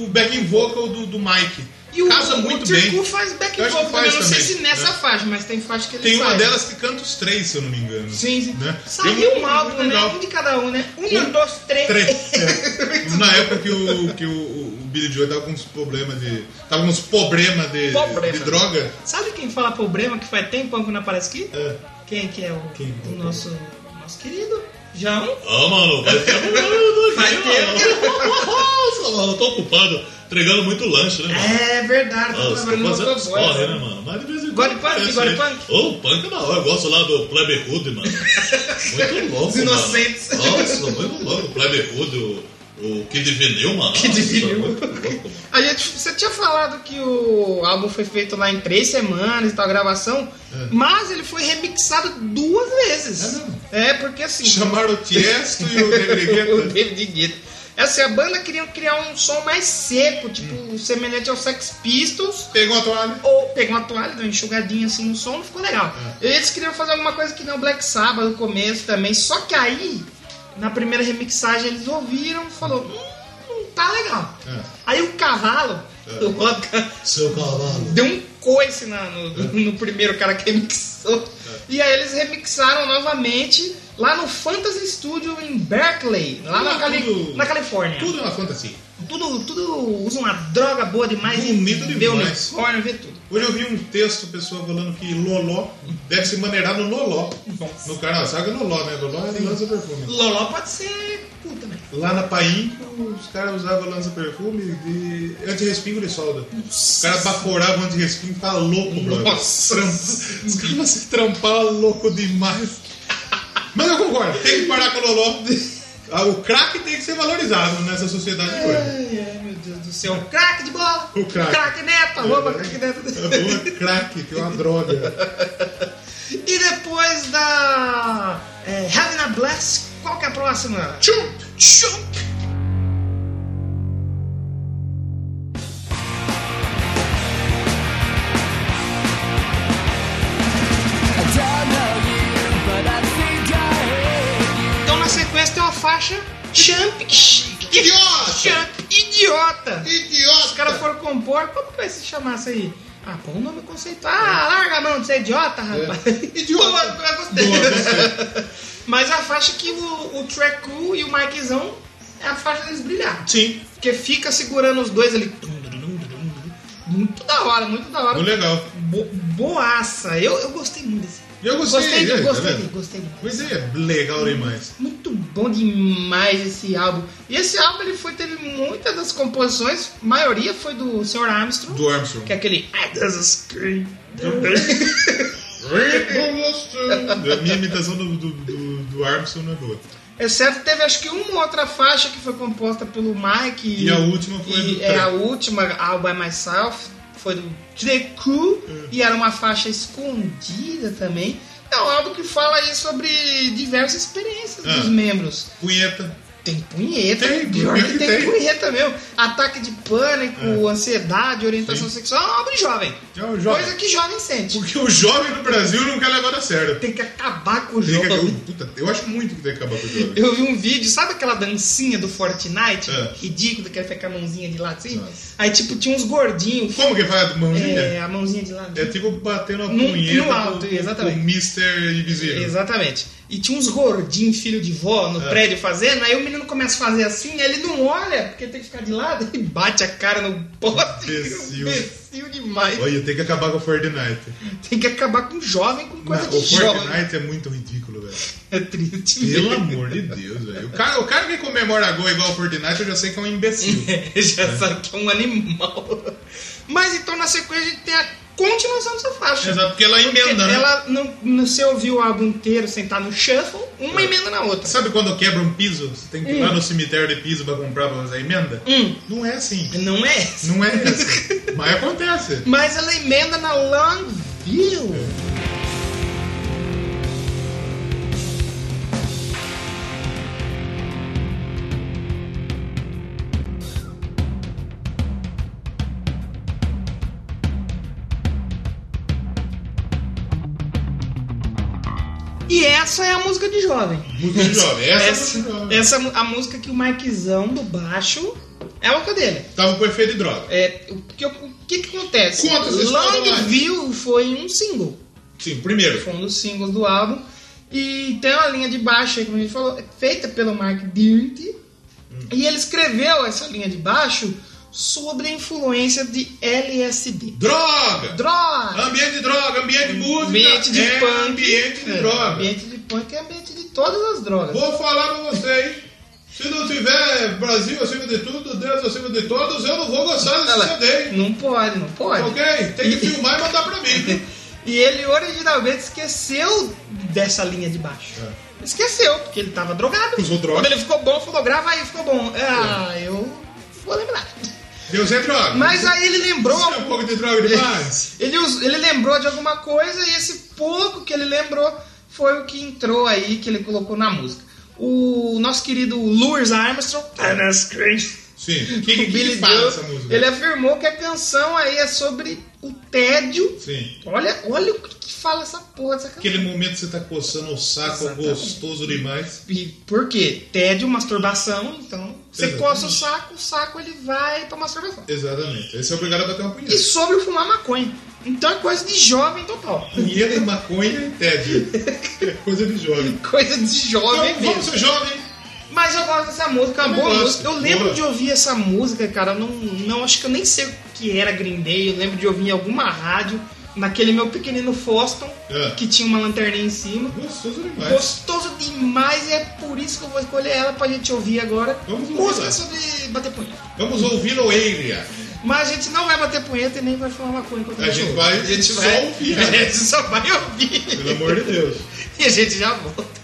B: o backing vocal do, do Mike.
A: E o,
B: Casa
A: o
B: muito
A: Tirku
B: bem.
A: faz back
B: Eu acho que
A: vocal, também.
B: faz
A: não sei
B: também,
A: se nessa
B: né?
A: faixa, mas tem faixa que ele
B: Tem
A: faz.
B: uma delas que canta os três, se eu não me engano.
A: Sim, sim.
B: Né? E é
A: Saiu
B: muito-
A: um álbum,
B: muito
A: né?
B: legal.
A: Um de cada um, né? Um, dois, três.
B: Três. É. Na época que o, que o, o Billy Joy tava com uns problemas de. Tava com uns problemas de,
A: Problema.
B: de droga.
A: Sabe quem fala problema que faz tempão que não aparece aqui?
B: É.
A: Quem que é o,
B: Quem?
A: o nosso, nosso querido? João?
D: Ah, mano, vai ter
A: Vai ter.
D: Nossa, mano, eu tô ocupado entregando muito lanche, né, mano?
A: É verdade,
D: Ah,
A: tá
D: os caras
A: trabalhando no
D: fazendo
A: motoboy.
D: corre, né, mano? Mas de vez em quando.
A: Gore punk,
D: aparece,
A: gore
D: né?
A: punk.
D: Ô, punk é da hora. Eu gosto lá do Kleber Hood, mano. Muito louco,
A: Os inocentes.
D: Mano. Nossa, muito louco. O Kleber Hood, o, o Kid Vinil, mano.
A: Kid
D: Nossa,
A: Vinil.
D: Muito louco, mano.
A: A gente, você tinha falado que o álbum foi feito lá em três semanas e tal, a gravação, mas ele foi remixado duas vezes.
B: É mesmo?
A: É, porque assim. *laughs*
B: Chamaram o Tiesto e o David
A: o
B: Guetta.
A: David Guetta. Assim, a banda queria criar um som mais seco, tipo,
B: Hum.
A: semelhante ao Sex Pistols.
B: Pegou a toalha.
A: Ou pegou uma toalha, deu uma enxugadinha assim no som, ficou legal.
B: É.
A: Eles queriam fazer alguma coisa que nem o Black Sabbath no começo também. Só que aí, na primeira remixagem, eles ouviram e falaram: hum, não tá legal.
B: É.
A: Aí o cavalo, o outro cara,
D: Seu cavalo.
A: deu um coice na- no,
B: É.
A: no primeiro cara que remixou. E aí eles remixaram novamente lá no Fantasy Studio em Berkeley, lá na,
B: Ah,
A: Cali-
B: tudo-
A: na Califórnia.
B: Tudo é uma fantasia.
A: Tudo, tudo usa uma droga boa demais
B: Bonito
A: e vê o
B: demais.
A: unicórnio, vê tudo.
B: Hoje eu vi um texto, pessoal, falando que Loló deve se maneirar no Loló.
A: Nossa.
B: No canal, sabe o Loló, né? Loló é lança perfume.
A: Loló pode ser né? cu também.
B: Lá na Painco, os caras usavam lança perfume de anti-respingo de solda. Os caras baforavam anti-respingo, tá louco, brother.
A: Nossa.
B: Trampa- Os caras se trampavam louco demais. Mas eu concordo, tem que parar com o Loló. Ah, O craque tem que ser valorizado nessa sociedade de hoje.
A: Ai, ai, meu Deus do céu. O craque de bola.
B: O craque.
A: neto. Arroba craque neto.
B: É boa craque, que é uma droga.
A: E depois da é, Having a Blast, qual que é a próxima? Chump! Chump!
C: I don't know you, but I think I hate you.
A: Então na sequência tem uma faixa Chump!
B: Idiota!
A: Chump! Idiota!
B: Idiota!
A: Os caras foram compor, como que vai se chamar isso aí? Ah, põe um nome conceitual. Ah, larga a mão de ser idiota, rapaz.
B: É. *laughs* Idiota. é.
A: Boa, boa, gostei.
B: Boa,
A: Mas a faixa que o, o Trecu e o Mikezão é a faixa deles brilhar.
B: Sim,
A: Porque fica segurando os dois ali. Muito da hora, muito da hora.
B: muito legal.
A: Bo- boaça. Eu, eu gostei muito desse.
B: Eu gostei,
A: Gostei,
B: é,
A: de-
B: tá
A: gostei,
B: vendo?
A: de- gostei. de-
B: Pois é, legal demais.
A: Muito bom demais esse álbum. E esse álbum ele foi, teve muitas das composições, a maioria foi do Sr. Armstrong,
B: Do Armstrong.
A: que é aquele I does scream.
B: *laughs* A minha imitação do, do, do, do Armstrong não é boa.
A: Exceto que teve acho que uma outra faixa que foi composta pelo Mike.
B: E a última foi
A: e
B: do
A: é a
B: Trey.
A: última, All By Myself, foi do Trecu,
B: Uhum.
A: e era uma faixa escondida também. É um álbum que fala aí sobre diversas experiências
B: Ah.
A: dos membros.
B: Punheta.
A: Tem punheta,
B: Tem,
A: pior
B: pior
A: que
B: que
A: tem,
B: tem.
A: punheta mesmo. Ataque de pânico, ansiedade, orientação sexual, é um álbum jovem.
B: É um jovem.
A: Coisa que jovem sente.
B: Porque o jovem do Brasil não quer levar a sério.
A: Tem que acabar com o
B: Tem que-
A: jogo.
B: eu, puta, eu acho muito que tem que acabar com o jovem.
A: Eu vi um vídeo, sabe aquela dancinha do Fortnite?
B: É.
A: Ridícula, que ele fica com a mãozinha de lado assim?
B: Nossa.
A: Aí, tipo, tinha uns gordinhos,
B: Como que faz a mãozinha?
A: é,
B: É,
A: a mãozinha de lado.
B: tipo bater uma
A: No-
B: punheta
A: no alto,
B: com- com
A: exatamente.
B: o Mr. Invisível.
A: Exatamente. E tinha uns gordinhos, filho de vó, no
B: É.
A: prédio fazendo, aí o menino começa a fazer assim, aí ele não olha, porque tem que ficar de lado, *laughs* e bate a cara no pote.
B: Imbecil.
A: Imbecil demais.
B: Olha, tem que acabar com o Fortnite.
A: Tem que acabar com jovem, com coisa
B: Não,
A: de
B: o
A: jovem.
B: Fortnite é muito ridículo, velho.
A: É triste mesmo.
B: Pelo amor de Deus, velho. O cara, o cara que comemora gol igual o Fortnite, eu já sei que é um imbecil.
A: Já sabe que *laughs* é um animal. Mas então na sequência a gente tem a continuação dessa faixa.
B: Exato, porque ela
A: Porque
B: emenda, né?
A: ela não, não se ouviu o álbum inteiro sem estar no shuffle, uma emenda na outra.
B: Sabe quando quebra um piso? Você tem que ir lá no cemitério de piso pra comprar pra fazer a emenda?
A: Hum.
B: Não é assim.
A: Não é essa.
B: Não é essa. Mas acontece.
A: Mas ela emenda na Longview. E essa é a música de jovem.
B: Muito jovem. Essa,
A: Essa,
B: é muito jovem.
A: essa é a música que o Marquizão do baixo é a música dele.
B: Tava com efeito de droga.
A: É, o que, o que que acontece?
B: Conta essa história,
A: Longview foi um single,
B: Sim, primeiro.
A: foi um dos singles do álbum. E tem uma linha de baixo aí, como a gente falou, é feita pelo Mark Dirty. E ele escreveu essa linha de baixo sobre a influência de LSD.
B: Droga!
A: Droga!
B: Ambiente de droga, ambiente de música.
A: ambiente de
B: é
A: punk.
B: Ambiente de
A: É,
B: droga.
A: Ambiente de punk é ambiente de todas as drogas.
B: Vou falar pra vocês. Se não tiver Brasil acima de tudo, Deus acima de todos, eu não vou gostar
A: Olha
B: desse
A: lá.
B: CD.
A: Não pode, não pode.
B: Ok? Tem que filmar e mandar pra mim.
A: E ele originalmente esqueceu dessa linha de baixo. Esqueceu, porque ele tava drogado.
B: Usou droga.
A: Quando ele ficou bom, falou, grava aí, ficou bom. Ah, eu vou lembrar.
B: Deus é droga.
A: Mas aí ele lembrou.
B: Isso é um pouco de droga demais.
A: Ele, us- ele lembrou de alguma coisa e esse pouco que ele lembrou foi o que entrou aí, que ele colocou na música. O nosso querido Lures Armstrong.
B: É,
A: Tá
B: né?
A: na screen.
B: Sim.
A: *laughs*
B: O que, que,
A: O Billy
B: que fala
A: Joel,
B: essa música?
A: Ele afirmou que a canção aí é sobre o tédio.
B: Sim.
A: Olha, olha o que, que fala essa porra dessa canção.
B: Aquele momento que você tá coçando o saco
A: Exatamente.
B: gostoso demais.
A: E por quê? Tédio, masturbação, então. Você
B: Exatamente.
A: coça o saco, o saco ele vai pra masturbação.
B: Exatamente. Esse é obrigado a bater uma punheta.
A: E sobre o fumar maconha. Então é coisa de jovem total.
B: Punheta, maconha e
A: *laughs*
B: tédio. É coisa de jovem.
A: Coisa de jovem
B: Então,
A: mesmo.
B: vamos ser jovem.
A: Mas eu gosto dessa música, é uma
B: Eu
A: boa
B: gosto,
A: música. Eu lembro
B: boa.
A: de ouvir essa música, cara. eu Não, não acho que eu nem sei o que era Green Day. Eu lembro de ouvir em alguma rádio, naquele meu pequenino Foston,
B: É.
A: que tinha uma lanterninha em cima.
B: Gostoso demais.
A: Gostoso demais e é por isso que eu vou escolher ela pra gente ouvir agora.
B: Vamos ouvir
A: música
B: lá.
A: sobre bater punheta.
B: Vamos ouvir o Eiria.
A: Mas a gente não vai bater punheta e nem vai falar maconha enquanto
B: A gente vai
A: ouve. a gente
B: só
A: vai
B: ouvir.
A: *laughs* A gente só vai ouvir
B: Pelo amor de Deus.
A: e a gente já volta.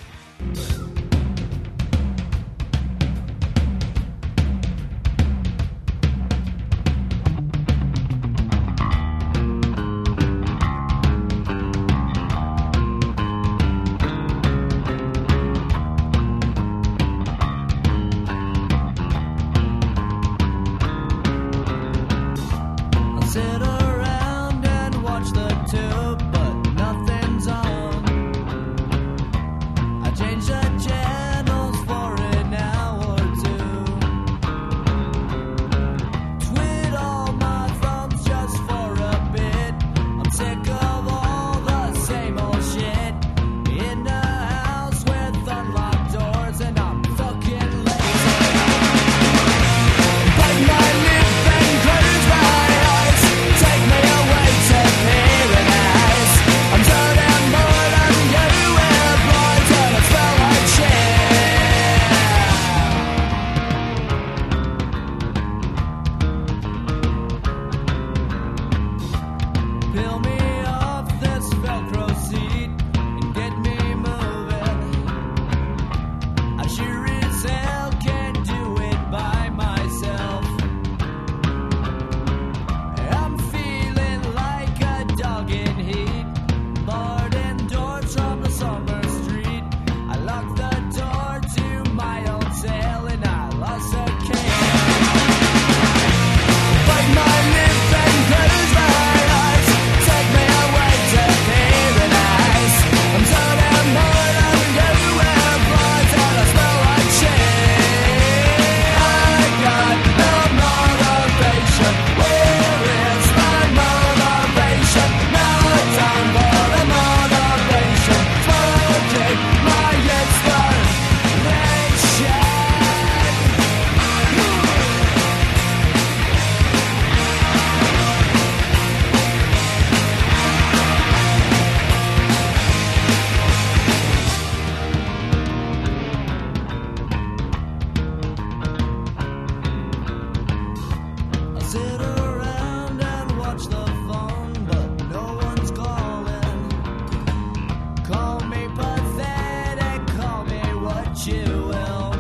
C: Jewel.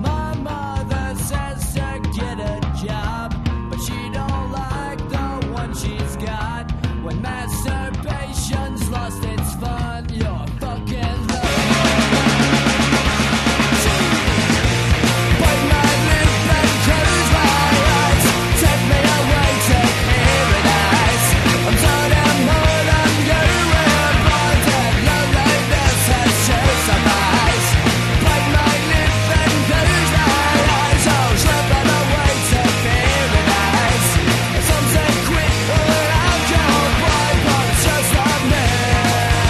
C: My mother says to get a job, but she don't like the one she's got. When masturbation's lost its fun, you're fucking yeah.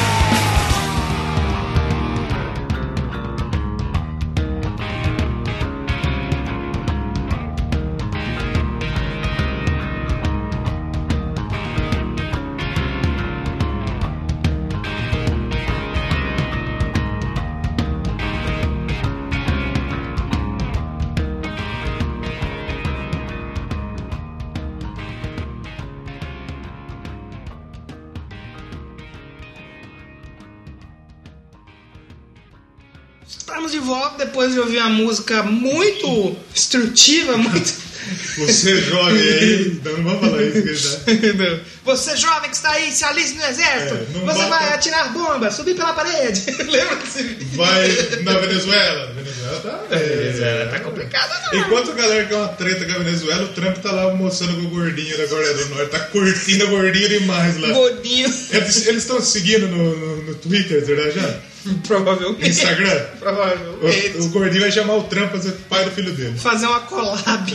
A: Estamos de volta depois de ouvir uma música muito instrutiva, muito. *laughs*
B: Você é jovem aí, não vamos falar isso, que tá. já-
A: Você jovem que está aí, se alise no exército,
B: É, não
A: você
B: bota-
A: vai atirar bomba, subir pela parede. *laughs* Lembra desse vídeo?
B: Vai na Venezuela. Venezuela tá.
A: Venezuela tá complicado, não.
B: Enquanto a galera quer uma treta com a Venezuela, o Trump tá lá mostrando com o gordinho da Coreia do Norte. Tá curtindo a gordinha demais lá. É,
A: Godinho,
B: Eles estão seguindo no, no, no Twitter, será já? No
A: *laughs* provavelmente.
B: Instagram?
A: Provavelmente.
B: O, o gordinho vai chamar o Trump pra ser pai do filho dele.
A: Fazer uma collab.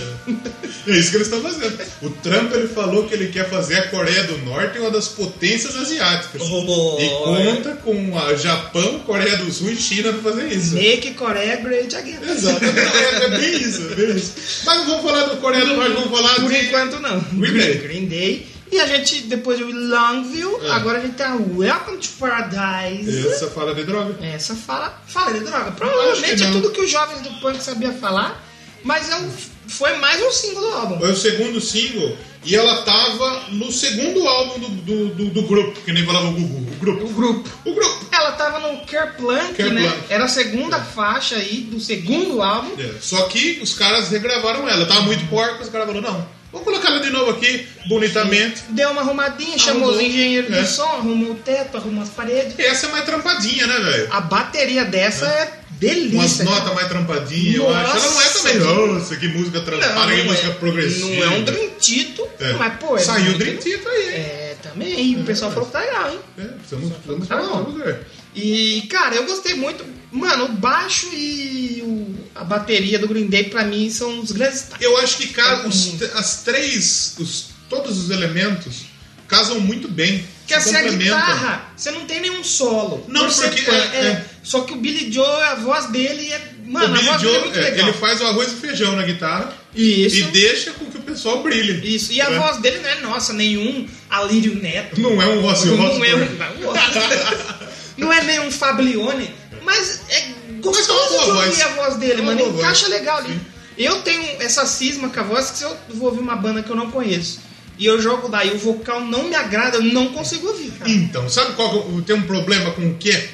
B: É isso que eles estão fazendo. O Trump ele falou que ele quer fazer a Coreia do Norte uma das potências asiáticas.
A: Oh.
B: E conta com a Japão, Coreia do Sul e China pra fazer isso.
A: Make Coreia Great Again.
B: Exato. É, é bem isso, é bem isso. Mas não vamos falar do Coreia do Norte, vamos falar
A: *laughs* Por
B: de-
A: enquanto, não.
B: Green Day.
A: Green Day. E a gente, depois de Longview,
B: É.
A: agora a gente tá Welcome to Paradise.
B: Essa fala de droga.
A: Essa fala, fala de droga. Provavelmente
B: que
A: é
B: não.
A: tudo que os jovens do punk sabia falar, mas é um- foi mais um single do álbum.
B: Foi É o segundo single e ela tava no segundo álbum do, do, do- do grupo, que nem falava o Gugu. O grupo.
A: O grupo.
B: O grupo.
A: Ela tava no Kerplunk, né?
B: Kerplunk.
A: Era a segunda faixa aí do segundo álbum.
B: É, Só que os caras regravaram ela. Tava muito porca, os caras falaram, não, vamos colocar ela de novo aqui, bonitamente.
A: Deu uma arrumadinha, chamou os
B: Arrumou.
A: engenheiros
B: É.
A: de som, arrumou o teto, arrumou as paredes.
B: E essa é mais trampadinha, né, velho?
A: A bateria dessa é,
B: Umas
A: delícia. cara.
B: notas mais trampadinhas, eu acho. Ela não é
A: Nossa.
B: também, nossa, que música
A: Não,
B: trampada, que
A: não
B: música
A: é,
B: progressiva.
A: Não é um drintito,
B: É.
A: mas pô. é
B: Saiu o
A: muito-
B: Dream Theater aí, hein?
A: É, também. O pessoal falou que tá legal, hein?
B: É, precisamos, precisamos
A: Tá
B: falar,
A: bom.
B: vamos ver.
A: E, cara, eu gostei muito. Mano, o baixo e o- a bateria do Green Day, pra mim, são os grandes destaques.
B: Eu acho que ca- os t- as três, os- todos os elementos casam muito bem.
A: Porque assim, a
B: complementam.
A: guitarra, você não tem nenhum solo.
B: Não,
A: Você
B: porque
A: põe-
B: é- é.
A: Só que o Billy Joe, a voz dele é.
B: o
A: Mano, a
B: Billy
A: voz
B: Joe,
A: dele é muito
B: é,
A: legal.
B: ele faz o arroz e feijão na guitarra
A: Isso.
B: e deixa com que o pessoal brilhe.
A: Isso. E a
B: É.
A: voz dele não é nossa, nenhum Alírio Neto.
B: Não é um Ozzy
A: Não é,
B: Osbourne.
A: um- não *laughs* é nenhum Fablione, mas é
B: Mas é
A: gostoso
B: uma
A: de
B: boa
A: ouvir
B: voz.
A: a voz dele,
B: É uma
A: mano.
B: boa
A: Encaixa
B: voz.
A: legal ali.
B: Sim.
A: Eu tenho essa cisma com a voz que se eu vou ouvir uma banda que eu não conheço e eu jogo lá e o vocal não me agrada, eu não consigo ouvir, cara.
B: Então, sabe qual que eu- tem um problema com o quê?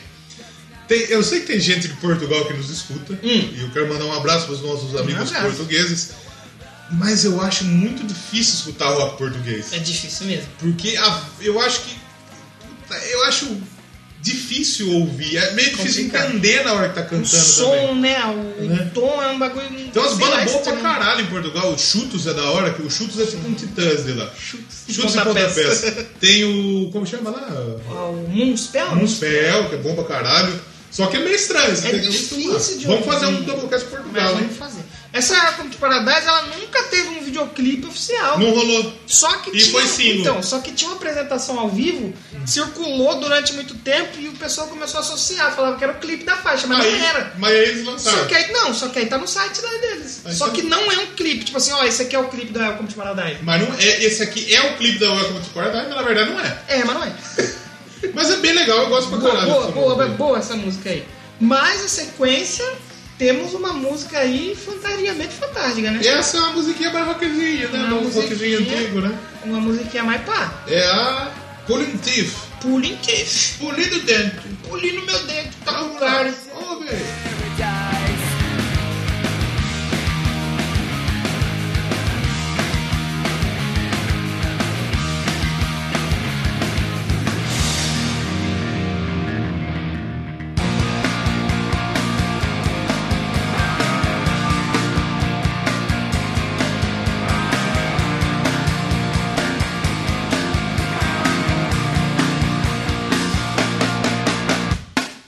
B: Tem- eu sei que tem gente de Portugal que nos escuta e eu quero mandar um abraço para os nossos amigos
A: Hum. abraço.
B: portugueses, mas eu acho muito difícil escutar rock português.
A: É difícil mesmo.
B: Porque a- eu acho que. puta, Eu acho difícil ouvir. É meio difícil
A: Complicado.
B: entender na hora que tá
A: O
B: cantando
A: som,
B: também.
A: né? O
B: Né?
A: tom é um bagulho.
B: Então as
A: sei
B: bandas
A: lá, um
B: boas pra
A: estranho.
B: caralho em Portugal. O Chutos é da hora, que o Chutos é tipo um Titãs de lá.
A: e
B: Chutos e
A: Pontapés.
B: pontapés.
A: *laughs*
B: Tem o. como chama lá?
A: Ah, O Moonspell?
B: Munsfel, que é bom pra caralho. Só que é meio estranho, você
A: É
B: tem que
A: difícil
B: acostumar.
A: de
B: Vamos
A: ouvir.
B: fazer um doublecast
A: Mas
B: Portugal, hein?
A: vamos fazer. Essa Welcome to Paradise, ela nunca teve um videoclipe oficial.
B: Não rolou.
A: Só que
B: E
A: tinha,
B: foi single.
A: Então, só que tinha uma apresentação ao vivo, circulou durante muito tempo e o pessoal começou a associar, falava que era o clipe da faixa, mas
B: Aí,
A: não era.
B: mas aí eles lançaram.
A: Só que aí, não, só que aí tá no site lá deles.
B: Aí
A: só
B: tá.
A: que não é um clipe, tipo assim, ó, esse aqui é o clipe da Welcome to Paradise.
B: Mas não é, esse aqui é o clipe da Welcome to Paradise, mas na verdade não é.
A: É, mas não é.
B: Mas é bem legal, eu gosto pra
A: Boa,
B: caralho.
A: boa,
B: dessa
A: boa,
B: música.
A: boa, essa música aí. Mas a sequência, temos uma música aí fantasiamente fantástica, né?
B: Essa é uma musiquinha mais rockzinha, né?
A: Uma
B: Um rockzinho
A: musiquinha.
B: antigo, né?
A: Uma musiquinha mais pá.
B: É a Pulling Thief.
A: Pulim que
B: Poli do dentro.
A: pulim no meu dente, tá
B: Tá
A: com
B: claro.
A: claro.
B: Ô, velho.
C: paradise.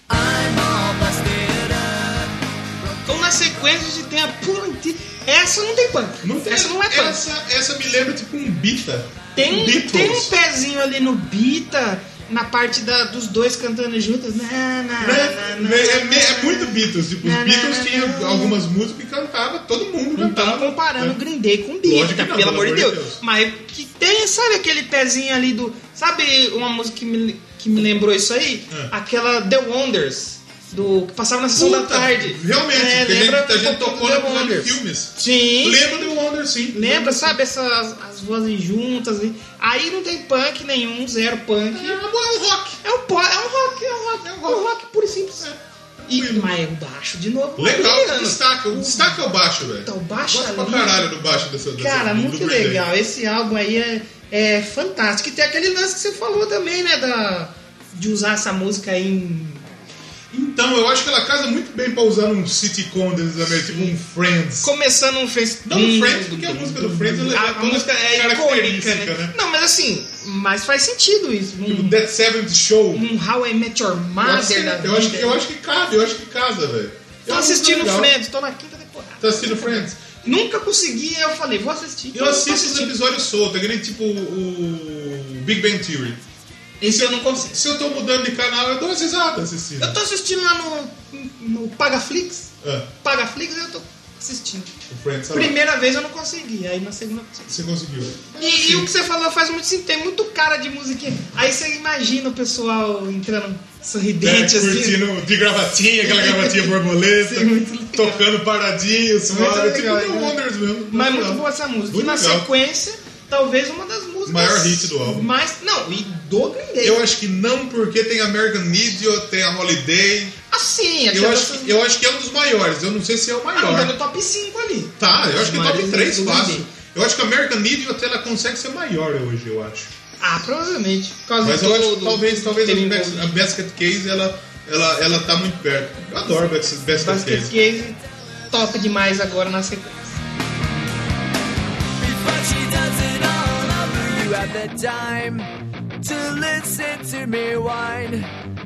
C: I'm all busted up.
A: Então na sequência a gente tem a pula inteira. Essa não tem punk.
B: Não tem-
A: essa não é punk.
B: essa, essa me lembra tipo um Bita.
A: Tem,
B: Beatles.
A: tem um pezinho ali no Bita, na parte da, dos dois cantando juntos. Na, na, na,
B: Né?
A: na,
B: É, me- é
A: na.
B: muito Beatles. Tipo, os
A: Não, não,
B: Beatles
A: não,
B: tinham
A: não.
B: algumas músicas que cantava, todo mundo
A: Não
B: cantava.
A: estamos comparando o
B: né?
A: Green Day com o Bita,
B: Lógico que não,
A: pelo amor de Deus. Mas que tem, sabe aquele pezinho ali do. Sabe uma música que me, que me lembrou isso aí?
B: É.
A: Aquela The Wonders. Do, que passava na sessão
B: Puta,
A: da tarde.
B: Realmente,
A: É,
B: porque
A: lembra
B: lembra, a gente
A: um pouco
B: tocou
A: do
B: no
A: The
B: episódio de
A: Wonders.
B: filmes.
A: Sim.
B: Lembra do Wonder, sim.
A: Lembra, sabe, essas as vozes juntas. e- Aí não tem punk nenhum, zero punk.
B: É um rock.
A: É um, po- é um rock, é um rock, é um rock, puro e simples. E, mas é o baixo de novo.
B: Legal,
A: Mariano.
B: o destaque. O destaque é o baixo, velho.
A: Tá, o baixo
B: Gosto
A: ali.
B: pra caralho do baixo dessa dessa-
A: Cara,
B: do
A: muito
B: Green Day.
A: legal. Esse álbum aí é, é fantástico. E tem aquele lance que você falou também, né? Da, de usar essa música aí em.
B: Então, eu acho que ela casa muito bem pra usar num sitcom desses americanos, tipo um Friends.
A: Começando um Friends.
B: Não um Friends, porque a música do Friends ela é
A: A, a
B: toda
A: música é icônica,
B: característica,
A: né?
B: né?
A: Não, mas assim, mas faz sentido isso.
B: Tipo,
A: Um,
B: Dead Seventh Show.
A: um How I Met Your
B: Eu acho, que,
A: Mother da vida.
B: eu, acho que, eu acho que cabe, eu acho que casa,
A: Tô
B: velho. É uma música
A: assistindo
B: legal.
A: Friends, tô na quinta temporada.
B: Tá assistindo Friends?
A: Nunca consegui, aí eu falei, vou assistir.
B: Eu
A: Tô
B: assisto os
A: assistindo.
B: episódios soltos, que nem tipo o Big Bang Theory.
A: Esse eu não consigo.
B: Se eu tô mudando de canal, eu dou umas risadas assistindo.
A: Eu tô assistindo lá no, no Pagaflix.
B: Ah,
A: Pagaflix eu tô assistindo.
B: o Friends, sabe?
A: Primeira vez eu não consegui, aí na segunda eu consegui.
B: Você conseguiu. É,
A: E, e o que você falou faz muito sentido, tem muito cara de musiquinha. Aí você imagina o pessoal entrando
B: É,
A: sorridente assim.
B: curtindo de gravatinha, aquela gravatinha
A: *laughs*
B: borboleta,
A: Sim, muito legal.
B: tocando paradinho, suave,
A: Muito
B: tipo
A: legal,
B: The
A: né?
B: Wonders mesmo.
A: Mas é
B: Legal.
A: muito boa essa música.
B: Muito
A: e na
B: legal.
A: sequência, talvez uma das músicas.
B: Maior hit do álbum.
A: Mas, não, e do Green Day.
B: Eu acho que não, porque tem American Idiot, tem a Holiday.
A: assim,
B: Eu acho, que- eu acho que é um dos maiores, eu não sei se é o maior.
A: tá no top 5 ali.
B: Tá, eu acho que top
A: Marido
B: 3
A: do
B: fácil.
A: Green
B: Eu acho que a American Idiot até ela consegue ser maior hoje, eu acho.
A: Ah, provavelmente. Por causa
B: Mas
A: do,
B: eu acho que
A: do-
B: talvez,
A: do
B: talvez
A: Kevin
B: a,
A: Bacon.
B: Bas- a Basket Case ela, ela, ela tá muito perto. Eu adoro Bas- Basket,
A: Basket
B: Case.
A: Case top demais agora na sequência.
C: But she does it all over you at the time to listen to me whine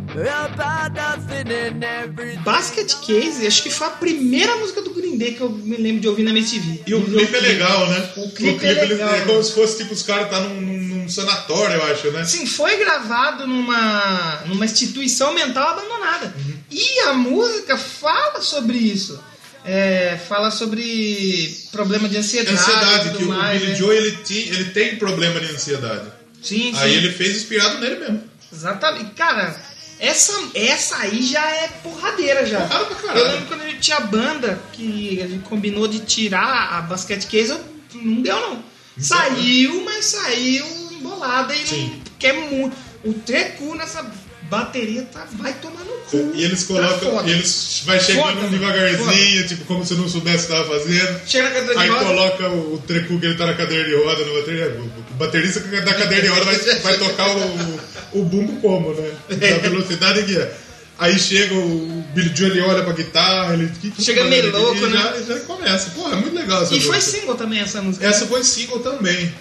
C: about nothing and everything.
A: Basket Case, acho que foi a primeira música do Green Day que eu me lembro de ouvir na MTV.
B: E o clipe é legal, né?
A: O clipe é
B: eles-
A: legal.
B: como se fosse tipo os caras tá num, num- num sanatório, eu acho, né?
A: Sim, Assim, foi gravado numa, numa instituição mental abandonada.
B: Uhum.
A: E a música fala sobre isso. É, fala sobre problema de ansiedade. e
B: É Ansiedade, um
A: tudo
B: que o
A: mais,
B: Billy
A: né?
B: Joe ele, ti- ele tem problema de ansiedade.
A: Sim, sim.
B: Aí ele fez inspirado nele mesmo.
A: Exatamente. Cara, essa, essa aí já é porradeira já.
B: Porrada pra caralho.
A: eu lembro quando a gente tinha banda que a gente combinou de tirar a basquete case, eu- não deu não. Saiu, mas saiu embolada e
B: Sim.
A: não quer muito. O treco nessa bateria tá, vai tomar no cu.
B: E eles
A: Tá
B: colocam,
A: foda.
B: eles vai chegando
A: Foda,
B: devagarzinho, tipo, como se não soubesse o que tava fazendo.
A: Chega na cadeira de
B: Aí
A: roda.
B: coloca o, o trecu que ele tá na cadeira de roda, no bateria. O baterista que da cadeira de roda vai, vai tocar o, o bumbo como, né? Da velocidade que é. Aí chega o Billy Joe, ele olha pra guitarra, ele. que- que- é?"
A: Chega meio louco, né?
B: e já, Já começa. Pô, é muito legal essa
A: E foi
B: música.
A: single também essa música.
B: Essa foi single também.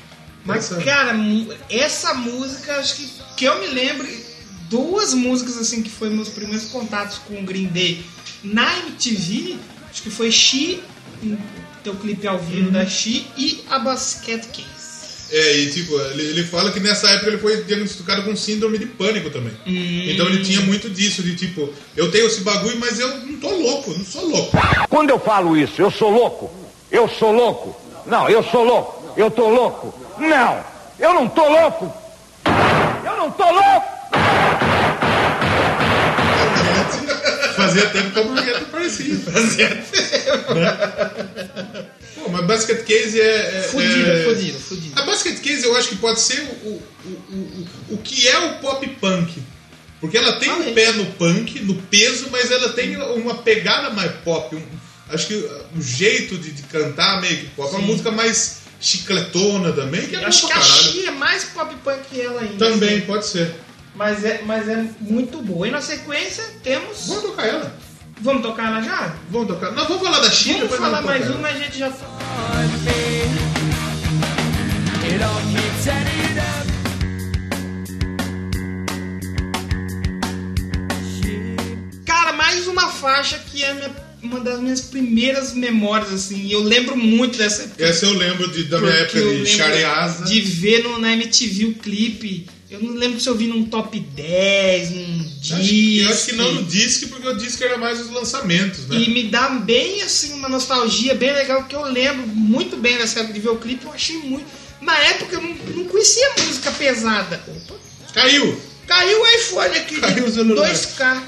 A: Mas,
B: Essa-
A: cara, mu- essa música, acho que, que eu me lembro, duas músicas assim que foram meus primeiros contatos com o Green Day na MTV, acho que foi She, um- teu clipe ao vivo
B: Uhum.
A: da She, e a Basket Case.
B: É, e tipo, ele, ele fala que nessa época ele foi diagnosticado com síndrome de pânico também.
A: Hum.
B: Então ele tinha muito disso, de tipo, eu tenho esse bagulho, mas eu não tô louco, não sou louco.
E: Quando eu falo isso, eu sou louco. Eu sou louco. Não, eu sou louco. Eu tô louco. Não, eu não tô louco. Eu não tô louco.
B: Fazia tempo que a Marguerita aparecia.
A: *laughs*
B: Fazia tempo. Né? Pô, mas Basket Case é. é
A: Fudida,
B: é-
A: fudida, fudida.
B: A Basket Case eu acho que pode ser o, o, o, o, o que é o pop punk. Porque ela tem
A: Falei.
B: um pé no punk, no peso, mas ela tem uma pegada mais pop. um- acho que uh, um jeito de, de cantar meio que pop. Uma
A: Sim.
B: música mais chicletona também, que é
A: Eu
B: boa
A: acho
B: pra
A: que a
B: caralho.
A: Xi é mais pop punk que ela ainda.
B: Também, pode ser.
A: Mas é, mas é muito boa. E na sequência temos.
B: Vamos tocar ela.
A: Vamos tocar ela já?
B: Vamos tocar. Nós vamos falar da China,
A: Vamos
B: mas
A: falar
B: vamos tocar
A: mais
B: ela.
A: uma, a gente já fala.
C: It all keeps adding up.
A: Cara, mais uma faixa que é minha- uma das minhas primeiras memórias, assim. E eu lembro muito dessa época.
B: Essa eu lembro de, da minha
A: Porque
B: época
A: eu
B: de
A: lembro
B: Shareaza.
A: De ver no, na MTV o clipe. Eu não lembro se eu vi num top 10, num disco.
B: Acho que- Eu acho que não no disque, porque o disque era mais os lançamentos, né?
A: E me dá bem assim uma nostalgia bem legal, que eu lembro muito bem dessa época de ver o clipe, eu achei muito. Na época eu não, não conhecia música pesada.
B: Caiu!
A: Caiu o iPhone aqui, de
B: Caiu o celular.
A: 2K.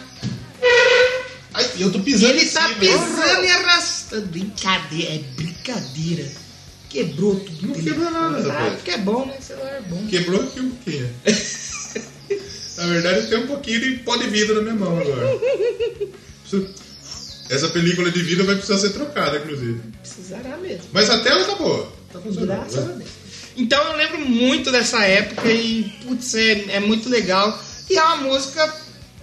B: Ai, eu tô pisando
A: Ele
B: em
A: tá
B: cima.
A: pisando e arrastando. Brincadeira, é brincadeira. é Quebrou tudo.
B: Não
A: dele.
B: quebrou nada,
A: Ah,
B: rapaz.
A: porque é bom, né? Celular é bom.
B: Quebrou aqui um pouquinho. na verdade, eu tenho um pouquinho de pó de vidro na minha mão agora. Preciso- Essa película de vidro vai precisar ser trocada, inclusive.
A: Precisará mesmo.
B: Mas a tela tá boa. Tá funcionando.
A: Graças a
B: né?
A: Deus. Então eu lembro muito dessa época e, putz, é, é muito legal. E é uma música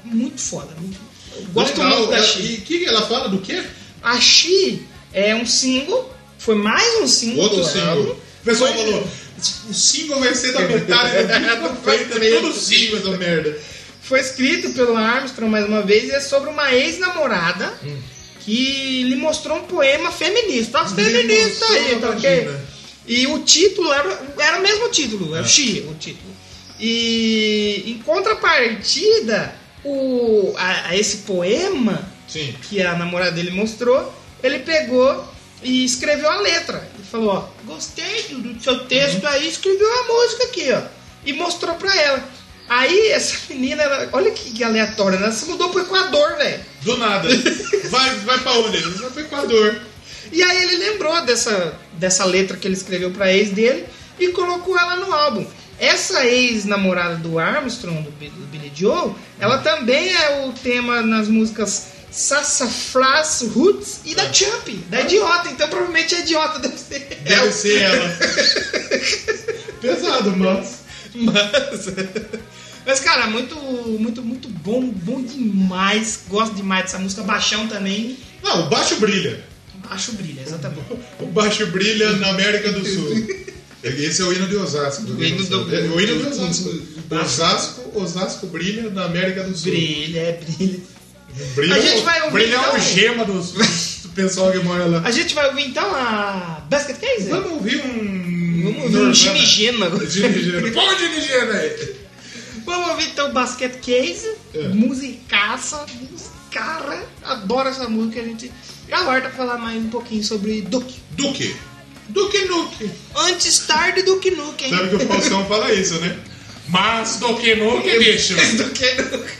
A: muito foda. muito- eu gosto
B: Legal.
A: muito da
B: Ela-
A: Xi.
B: E o que que ela fala do quê?
A: A Xi é um single, foi mais um single.
B: Outro
A: do
B: single.
A: álbum.
B: O pessoal
A: Foi-
B: falou, o single vai ser da metade do disco feito, é tudo single essa merda.
A: Foi escrito pelo Armstrong mais uma vez e é sobre uma ex-namorada que lhe mostrou um poema feminista. Olha os feministas aí, tá ok?
B: Imagina.
A: E o título era, era o mesmo título, era o Xi, o título. E em contrapartida, o, a, a esse poema
B: Sim.
A: que a namorada dele mostrou, ele pegou e escreveu a letra. Ele falou, ó, gostei do, do seu texto aí, escreveu a música aqui, ó. E mostrou pra ela. Aí essa menina, ela- olha que aleatória, né? ela se mudou pro Equador, velho.
B: Do nada. *laughs* Vai, vai pra onde? Vai pro Equador.
A: E aí ele lembrou dessa, dessa letra que ele escreveu pra ex dele e colocou ela no álbum. Essa ex-namorada do Armstrong, do, Bi- do Billy Joe, ela também é o tema nas músicas Sassafras, Roots e
B: É.
A: da Champ, da Idiota. Então provavelmente a Idiota deve ser.
B: *laughs* Deve ser *laughs* ela. Pesado, mas.
A: Mas, *laughs* mas cara, muito, muito, muito bom, bom demais. Gosto demais dessa música. Baixão também.
B: Não, o baixo brilha.
A: Acho brilha, exatamente.
B: O baixo brilha na América do Sul. Esse é o hino de Osasco.
A: O hino do-
B: É, o hino de
A: do-
B: Osasco.
A: do-
B: É, Osasco, Osasco brilha na América do Sul.
A: Brilha, é brilha.
B: Brilha,
A: A gente vai ouvir,
B: brilha é
A: então.
B: o gema dos, do pessoal que mora lá.
A: A gente vai ouvir então a Basket Case?
B: Vamos ouvir um.
A: Vamos ouvir um Jimmy Geno agora.
B: *laughs* Gino. Põe o Jimmy Geno aí.
A: Vamos ouvir então Basket Case,
B: É.
A: musicaça, mus- cara, adoro essa música, a gente aguarda falar mais um pouquinho sobre Duke.
B: Duque. Duque Nuque.
A: Antes tarde do que nunca, hein?
B: Sabe que o
A: *laughs*
B: Faustão fala isso, né? Mas Duque Nuque, bicho.
A: Do que nunca.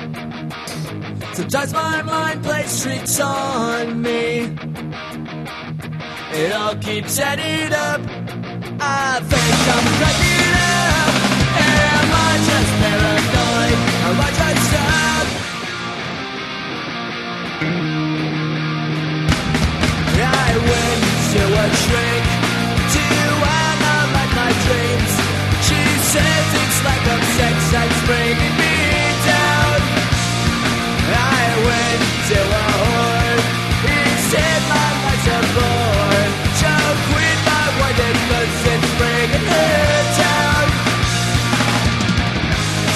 C: Sometimes my mind plays tricks on me. It all keeps adding up. I think I'm cracking up. Am I just paranoid? Am I just stuck? I went to a shrink to analyze my dreams. She says it's like a sex that's bringing me down. I went to a whore. He said my life's a bore. So quit my word and cause it's bringing her down.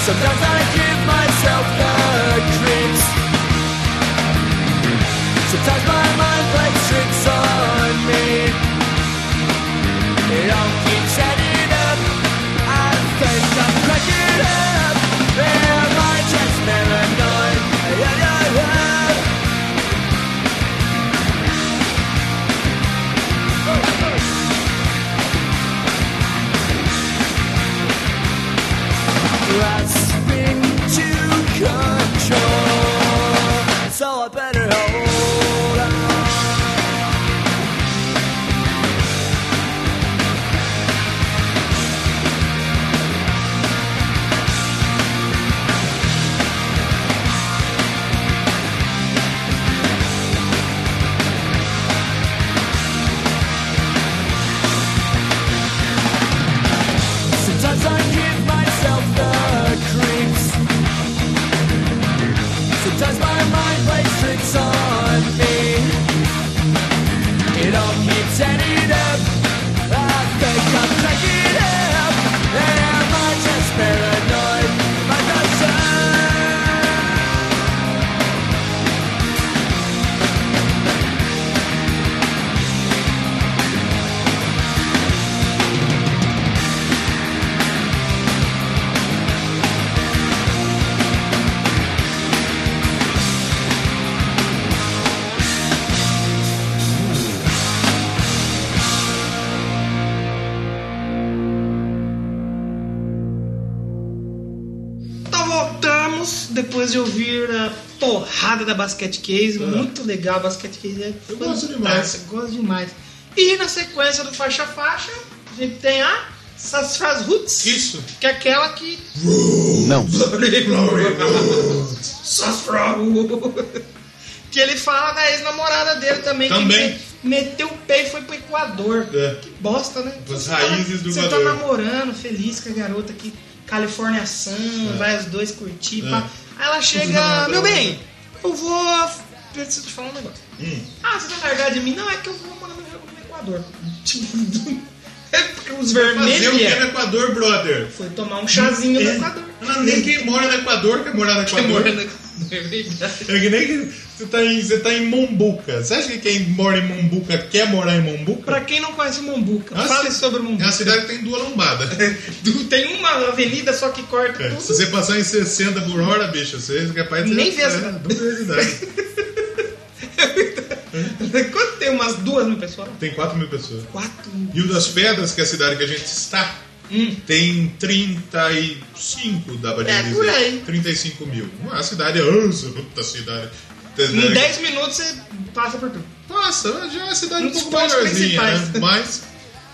C: Sometimes I give
A: Bills, Então depois de ouvir a porrada da Basket Case, muito legal, a Basket Case é
B: Ah. Eu gosto
A: fantástica,
B: demais.
A: gosto demais. E na sequência do Faixa a Faixa, a gente tem a Sassafras Roots,
B: Isso.
A: que é aquela que... Sassafras Roots. *laughs* Que ele fala da ex-namorada dele também,
B: Também.
A: que me- meteu o pé e foi pro Equador.
B: É.
A: Que bosta, né?
B: Das
A: Você
B: raízes
A: tá,
B: do
A: Você tá
B: Equador.
A: namorando, feliz com a garota que Califórnia Sun, vai os dois curtir.
B: É.
A: pá. Aí ela chega, meu bem, eu vou. Preciso te falar um negócio. Ah, você vai largar de mim? Não, é que eu vou morar no, no Equador. *laughs* Tipo, é porque os
B: Fazer o
A: vermelhos
B: que é no
A: é.
B: Equador, brother?
A: foi tomar um chazinho no
B: É. tá
A: Equador.
B: Ah, nem quem mora no Equador quer morar no
A: Quem
B: Equador.
A: mora no Equador, *laughs* é verdade.
B: É que nem que você tá em, você tá em Mombuca. Você acha que quem mora em Mombuca quer morar em Mombuca?
A: Pra quem não conhece Mombuca,
B: Ah,
A: fale
B: sim.
A: sobre É
B: É uma
A: Mombuca.
B: cidade que tem duas lombadas.
A: Tem uma avenida só que corta
B: É,
A: *laughs*
B: se
A: tudo.
B: você passar em 60 por hora, bicho, você é capaz de...
A: Nem vê
B: é,
A: essa cidade.
B: duas vezes a
A: *laughs*
B: idade.
A: Quanto tem umas duas mil pessoas?
B: Tem 4 mil pessoas.
A: Quatro mil.
B: E o das Pedras, que é a cidade que a gente está,
A: Hum.
B: tem 35, dá pra
A: É,
B: dizer.
A: por aí.
B: 35 mil. A cidade é ansa, puta cidade. É.
A: Em 10 minutos você passa por tudo.
B: Nossa, já é uma cidade
A: Um
B: um
A: dos
B: pouco
A: pontos
B: maiorzinha, né?
A: principais.
B: Mas.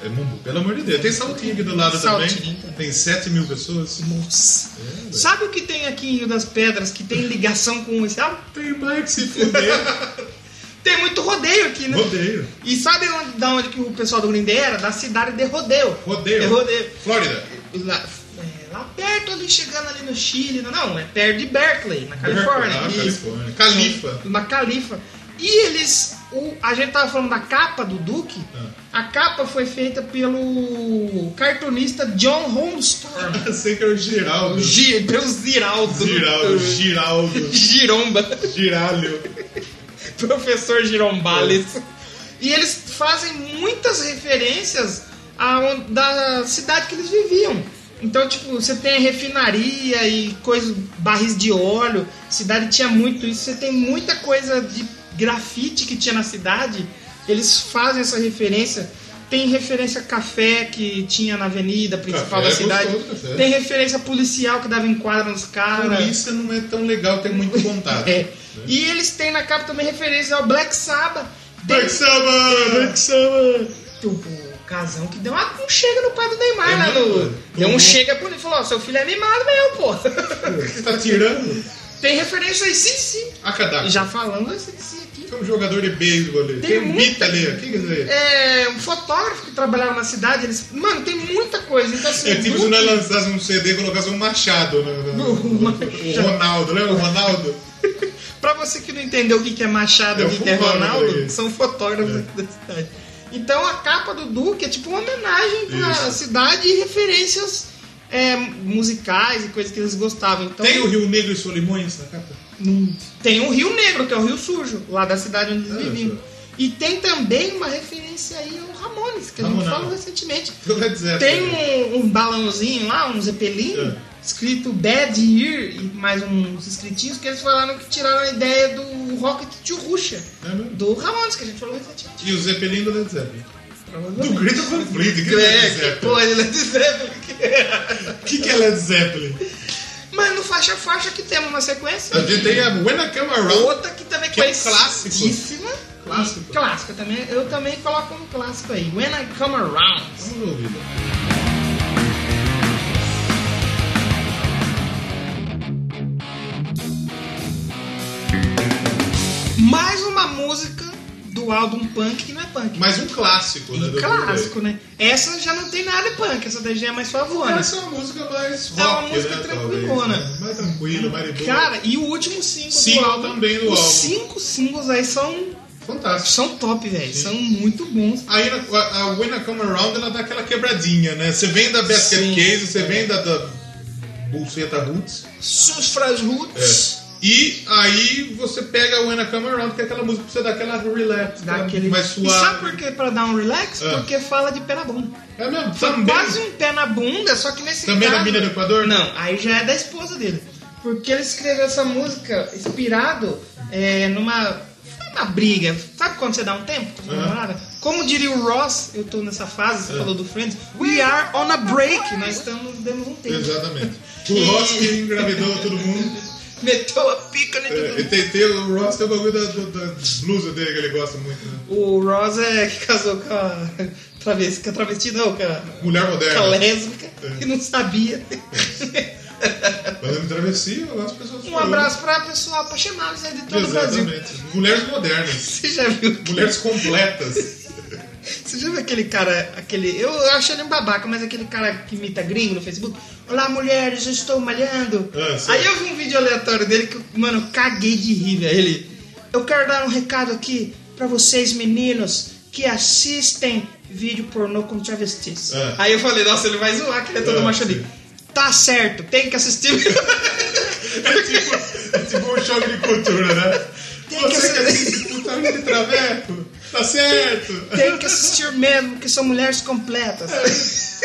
B: É Mumbu, pelo amor de Deus. Tem Saltinho aqui do lado
A: Saltinho
B: também.
A: também.
B: Tem 7 mil pessoas.
A: Nossa. Sabe o que tem aqui em Rio das Pedras que tem ligação com o sabe?
B: Tem mais que se fuder.
A: *laughs* Tem muito rodeio aqui, né?
B: Rodeio.
A: E sabe onde, da onde que o pessoal do Green Day era? Da cidade de Rodeio.
B: Rodeio.
A: É rodeio.
B: Flórida.
A: Lá, é, lá perto ali, chegando ali no Chile. Não, não, é perto de Berkeley, na Califórnia.
B: Ah,
A: Isso.
B: Califórnia. Califa.
A: Uma califa. E eles. o- a gente tava falando da capa do Duke. A capa foi feita pelo cartunista John Holmstrom.
B: Sei que é o
A: O
B: Giraldo.
A: Gi- Pelo Ziraldo.
B: Giraldo. Giraldo.
A: *laughs* Giromba.
B: Giralho.
A: *laughs* Professor Girombales.
B: É.
A: E eles fazem muitas referências a on- da cidade que eles viviam. Então, tipo, você tem refinaria e coisas, barris de óleo. Cidade tinha muito isso. Você tem muita coisa de grafite que tinha na cidade. Eles fazem essa referência. Tem referência a café que tinha na avenida principal
B: Café
A: da
B: é
A: cidade.
B: gostoso, café.
A: tem referência policial que dava enquadra nos caras.
B: Por isso não é tão legal ter muito contato. Né?
A: É. E eles têm na capa também referência ao Black Sabbath. Tem
B: Black Sabbath! Black Sabbath!
A: o, o casão que deu uma- um chega no pai do Neymar
B: É
A: lá
B: mesmo?
A: no. Deu
B: Uhum.
A: um chega pro ele e falou: Ó, seu filho é mimado mesmo,
B: *laughs*
A: pô.
B: Você tá tirando
A: Tem referência aí, sim, sim.
B: a cadáver.
A: E já falando esse sim aqui.
B: Tem um jogador de beisebol ali. Tem,
A: Tem
B: um
A: muita-
B: bita ali. O que que é isso aí?
A: É, um fotógrafo que trabalhava na cidade, eles. Mano, tem muita coisa. Então, assim,
B: É tipo se
A: Duke-
B: nós lançássemos um CD e colocássemos um machado. Né? O Ronaldo, lembra o Ronaldo?
A: Pra você que não entendeu o que que é Machado e
B: É
A: o que que é
B: fotógrafo aí.
A: Ronaldo, são fotógrafos
B: É.
A: aqui da cidade. Então a capa do Duque é tipo uma homenagem pra
B: Isso.
A: cidade e referências é, musicais e coisas que eles gostavam. Então,
B: Tem o Rio Negro e Solimões na capa?
A: não- tem o Rio Negro, que é o Rio Sujo, lá da cidade onde eles
B: Ah,
A: viviam.
B: só.
A: E tem também uma referência aí ao Ramones, que a gente
B: Ramonada.
A: falou recentemente.
B: Toda deserta.
A: Tem um, um balãozinho lá, um zeppelin,
B: É.
A: escrito Bad Year e mais uns escritinhos que eles falaram que tiraram a ideia do Rocket to Russia,
B: É mesmo?
A: do Ramones, que a gente falou recentemente.
B: E o Zeppelin do Led Zeppelin. Do
A: provavelmente.
B: Greta Van Fleet. que
A: É,
B: Led
A: que
B: Zeppelin?
A: porra de Led Zeppelin que é.
B: O que, que é Led Zeppelin?
A: Mas no faixa a faixa que temos uma sequência.
B: A gente tem a When I Come Around.
A: Outra que também é
B: É. Que é um clássico.
A: conhecidíssima.
B: Clássico.
A: Clássica também. Eu também coloco um clássico aí. When I Come Around.
B: Vamos ouvir.
A: Mais uma música do álbum punk que não é punk.
B: Mais um clássico. né, do
A: Um clássico, né? Essa já não tem nada de punk, essa daí já é mais suavona.
B: Essa é uma música mais rock,
A: É uma música
B: né,
A: tranquilona.
B: talvez, né? Mais tranquila, maribunda.
A: Cara, e o último single
B: Single
A: do álbum.
B: também do
A: os
B: álbum.
A: cinco singles aí são,
B: fantástico.
A: são top, velho. São muito bons.
B: Aí a, a a When I Come Around ela dá aquela quebradinha, né? Você vem da Basket
A: Sim.
B: Case, você vem da, da Buceta Roots.
A: Sufras Roots.
B: E aí você pega a When I Come Around, que é aquela música que você dá aquela relapse,
A: Dá
B: aquela
A: aquele...
B: mais
A: E
B: suave.
A: sabe por que pra dar um relax?
B: É. Ah.
A: Porque fala de pé na bunda.
B: É mesmo,
A: Foi
B: também.
A: quase
B: *laughs*
A: um pé na bunda, só que nesse
B: Também
A: caso...
B: da mina do Equador?
A: Não, aí já é da esposa dele. Porque ele escreveu essa música inspirado é, numa. Foi uma briga. Sabe quando você dá um tempo? com a sua
B: Aham. É.
A: namorada? Como diria o Ross, eu tô nessa fase, você falou do Friends. We are on a break. Nós estamos, demos um tempo.
B: Exatamente. O Ross que engravidou todo mundo.
A: Meteu a pica no
B: É,
A: Edmundo.
B: e tem, tem- o Ross tem o bagulho da, da- da blusa dele que ele gosta muito, né?
A: O Ross é que casou com a travesti, com a travesti não, com a,
B: Mulher
A: com a
B: moderna.
A: lésbica,
B: É.
A: que não
B: *laughs*
A: sabia.
B: Fazendo travessia, lá as pessoas
A: Um
B: falam.
A: abraço pra pessoal apaixonados aí de todo o Brasil.
B: Exatamente. Mulheres modernas.
A: Você já viu
B: Mulheres completas. *laughs*
A: Você já viu aquele cara, aquele. Eu acho ele um babaca, mas aquele cara que imita gringo no Facebook? Olá, mulheres, eu estou malhando.
B: Ah, sim.
A: Aí eu vi um vídeo aleatório dele que, eu, mano, eu caguei de rir, velho. Ele. Eu quero dar um recado aqui pra vocês, meninos, que assistem vídeo pornô com travestis.
B: Ah.
A: Aí eu falei, nossa, ele vai zoar, que ele é todo
B: Ah,
A: macho ali.
B: sim.
A: Tá certo, tem que assistir. *laughs*
B: É tipo, é tipo um choque de cultura, né?
A: Tem que
B: Você
A: ser-
B: quer se disputar de traveco? Tá certo!
A: tem que assistir mesmo, que são mulheres completas.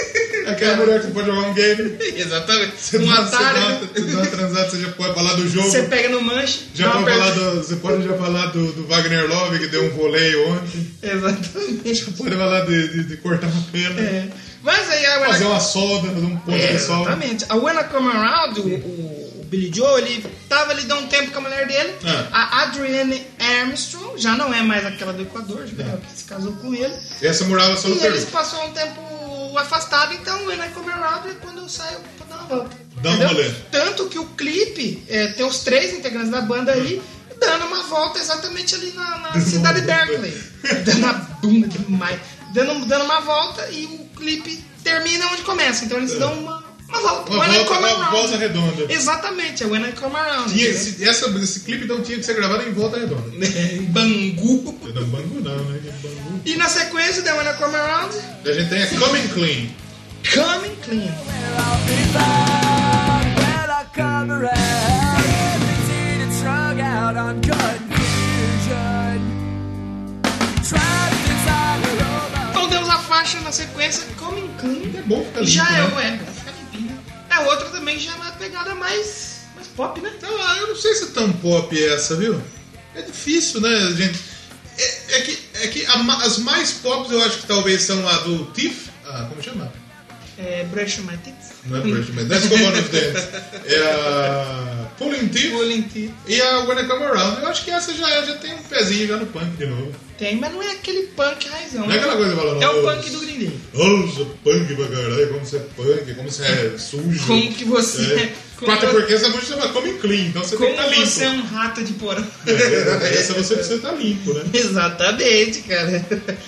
B: Aquela mulher que pode jogar um game,
A: *laughs* Exatamente.
B: você
A: Um
B: dá, você
A: atalho.
B: dá- você dá uma transada, você já pode falar do jogo.
A: Você pega no manche,
B: Já
A: dá
B: pode
A: uma
B: falar
A: pergunta-
B: do, você pode já falar do, do Wagner Love que deu um voleio ontem.
A: Exatamente.
B: Pode falar de, de- de cortar uma pena.
A: É. Mas aí a
B: Fazer
A: Wena... É,
B: uma solda, fazer um ponto de solda.
A: Exatamente. A Wena Come Around, o, o- o Billy Joe, ele tava ali dá um tempo com a mulher dele.
B: Ah.
A: A Adrienne Armstrong, já não é mais aquela do Equador, já é ela que se casou com ele.
B: Essa morava só no
A: E eles
B: Peru.
A: passou um tempo afastado, então o Wena Come Around é quando eu saio pra dar uma volta.
B: Dá um
A: Entendeu?
B: rolê.
A: Tanto que o clipe é, tem os três integrantes da banda aí.
B: Hum.
A: Dando uma volta exatamente ali na, na cidade de Berkeley. Dando uma bunda demais. Dando, dando uma volta e o clipe termina onde começa. Então eles dão uma, uma volta.
B: É. Uma
A: When I
B: volta,
A: Come
B: uma
A: Around.
B: volta redonda.
A: Exatamente, é When I Come Around.
B: E esse, essa, esse clipe não tinha que ser gravado em volta redonda.
A: né? Bangu.
B: Não, bangu não, né? Bangu.
A: E na sequência da When I Come Around,
B: A gente tem a Coming Clean.
A: Coming Clean.
C: I'll be back when I come around. Everything's eaten, strung out on confusion. Trapped inside a robot.
A: Então demos a faixa na sequência Coming Clean.
B: É bom ficar limpo,
A: Já é,
B: né?
A: ué, fica limpinho. É outra também já é uma pegada mais, mais pop, né?
B: Então, ah, eu não sei se é tão pop essa, viu? É difícil, né, gente? É, é que, é que a ma- as mais pop eu acho que talvez são a do Thief. Ah, como chama?
A: É, Brush My Tits.
B: Não é Brush, mas não é Escovando os Dentes. É a Pulling Thief
A: Valentim.
B: e a When I Come Around. Eu acho que essa já, é- já tem um pezinho já no punk de novo.
A: Tem, mas não é aquele punk raizão.
B: Não é
A: né?
B: aquela coisa que fala,
A: É o
B: "Nossa,
A: punk do Green Day.
B: Nossa, punk pra caralho, como você é punk, como você é sujo.
A: Como que você é-
B: é.
A: como
B: Até
A: vo-
B: porque essa música chama Come Clean, então você
A: Como
B: tem que estar
A: você é
B: limpo.
A: um rato de porão. *laughs*
B: É, essa você precisa estar limpo, né?
A: Exatamente, cara.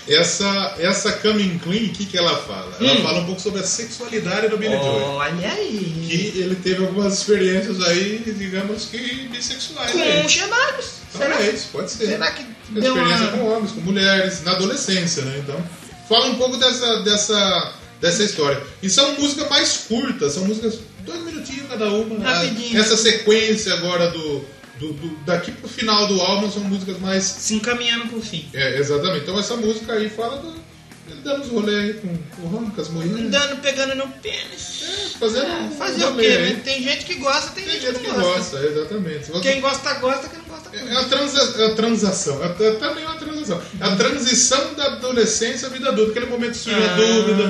B: Essa, essa Coming Clean, o que, que ela fala? Ela
A: Hum.
B: fala um pouco sobre a sexualidade do Billy
A: Oh.
B: Joel.
A: Olha aí.
B: Que ele teve algumas experiências aí, digamos que bissexuais. aí.
A: Com chenados. Será?
B: Talvez, pode ser.
A: Será que deu
B: experiência
A: uma-
B: com homens, com mulheres, na adolescência, né? Então, fala um pouco dessa, dessa, dessa história. E são músicas mais curtas, são músicas dois minutinhos cada uma. né?
A: Rapidinho.
B: Essa sequência agora do, do, do- daqui pro final do álbum são músicas mais.
A: Se encaminhando pro fim.
B: É, exatamente. Então essa música aí fala do. Damos um rolê aí com, com o Ron, com as mulheres.
A: Dando, pegando no pênis.
B: É, fazendo um
A: Fazer o
B: rolê
A: quê?
B: aí.
A: né? Tem gente que gosta, tem,
B: Tem gente
A: que
B: que
A: não gosta.
B: gosta, exatamente. Se você-
A: Quem gosta, gosta. Quem não gosta,
B: É a, transa, é a transação, é, é também uma transação. É a transição da adolescência à vida adulta, aquele momento que
A: Ah.
B: surge a dúvida.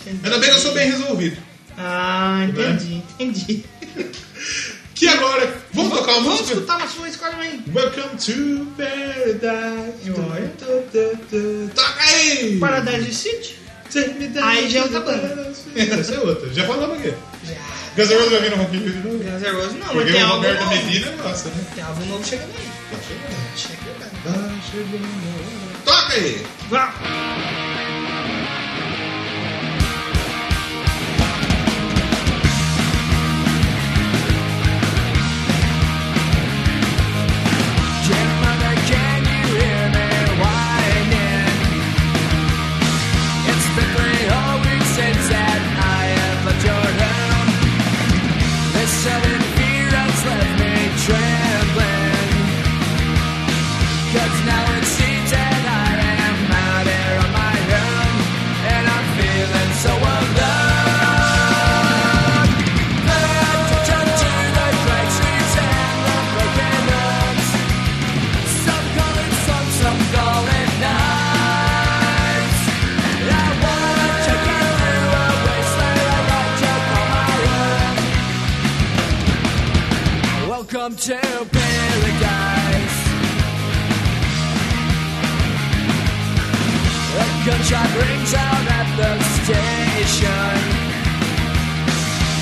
A: entendi.
B: Ainda bem que eu sou bem resolvido.
A: Ah, entendi, entendi.
B: Que agora, vamos tocar uma
A: Vamos
B: música?
A: escutar uma sua escolha aí.
B: Welcome to Paradise.
A: Olha.
B: Toca aí!
A: Paradise City. Aí já é outra banda.
B: Essa é outra, já falamos aqui. Guns N' Roses vai vir no Rock in Rio de novo.
A: Guns N' Roses não, mas
B: Porque
A: tem
B: o
A: álbum
B: Roberto
A: novo.
B: Medina gosta, né?
A: Tem álbum novo chegando aí. Chega, cara.
B: Tá chegando a hora. Toca aí!
A: Vá.
C: Grandmother, can you hear me whining? It's been three whole weeks since that I have left your home. This sudden fear has left me trembling. 'Cause now it seems that I am out here on my own. to paradise. A gunshot rings out at the station.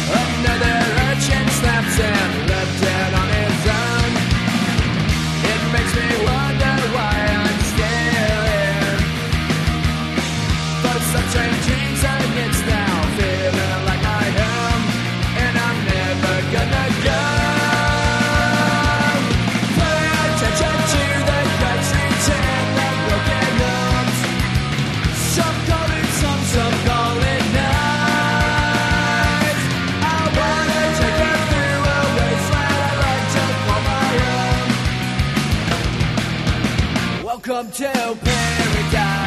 C: Another urchin snaps and left out on his own. It makes me wonder why I'm still here. But some strange dreams I it's now feeling like I am, and I'm never gonna go. Pay attention to the guts and the broken arms. Some call it some, some call it night. I wanna take her through a wasteland I like to call my own. Welcome to paradise.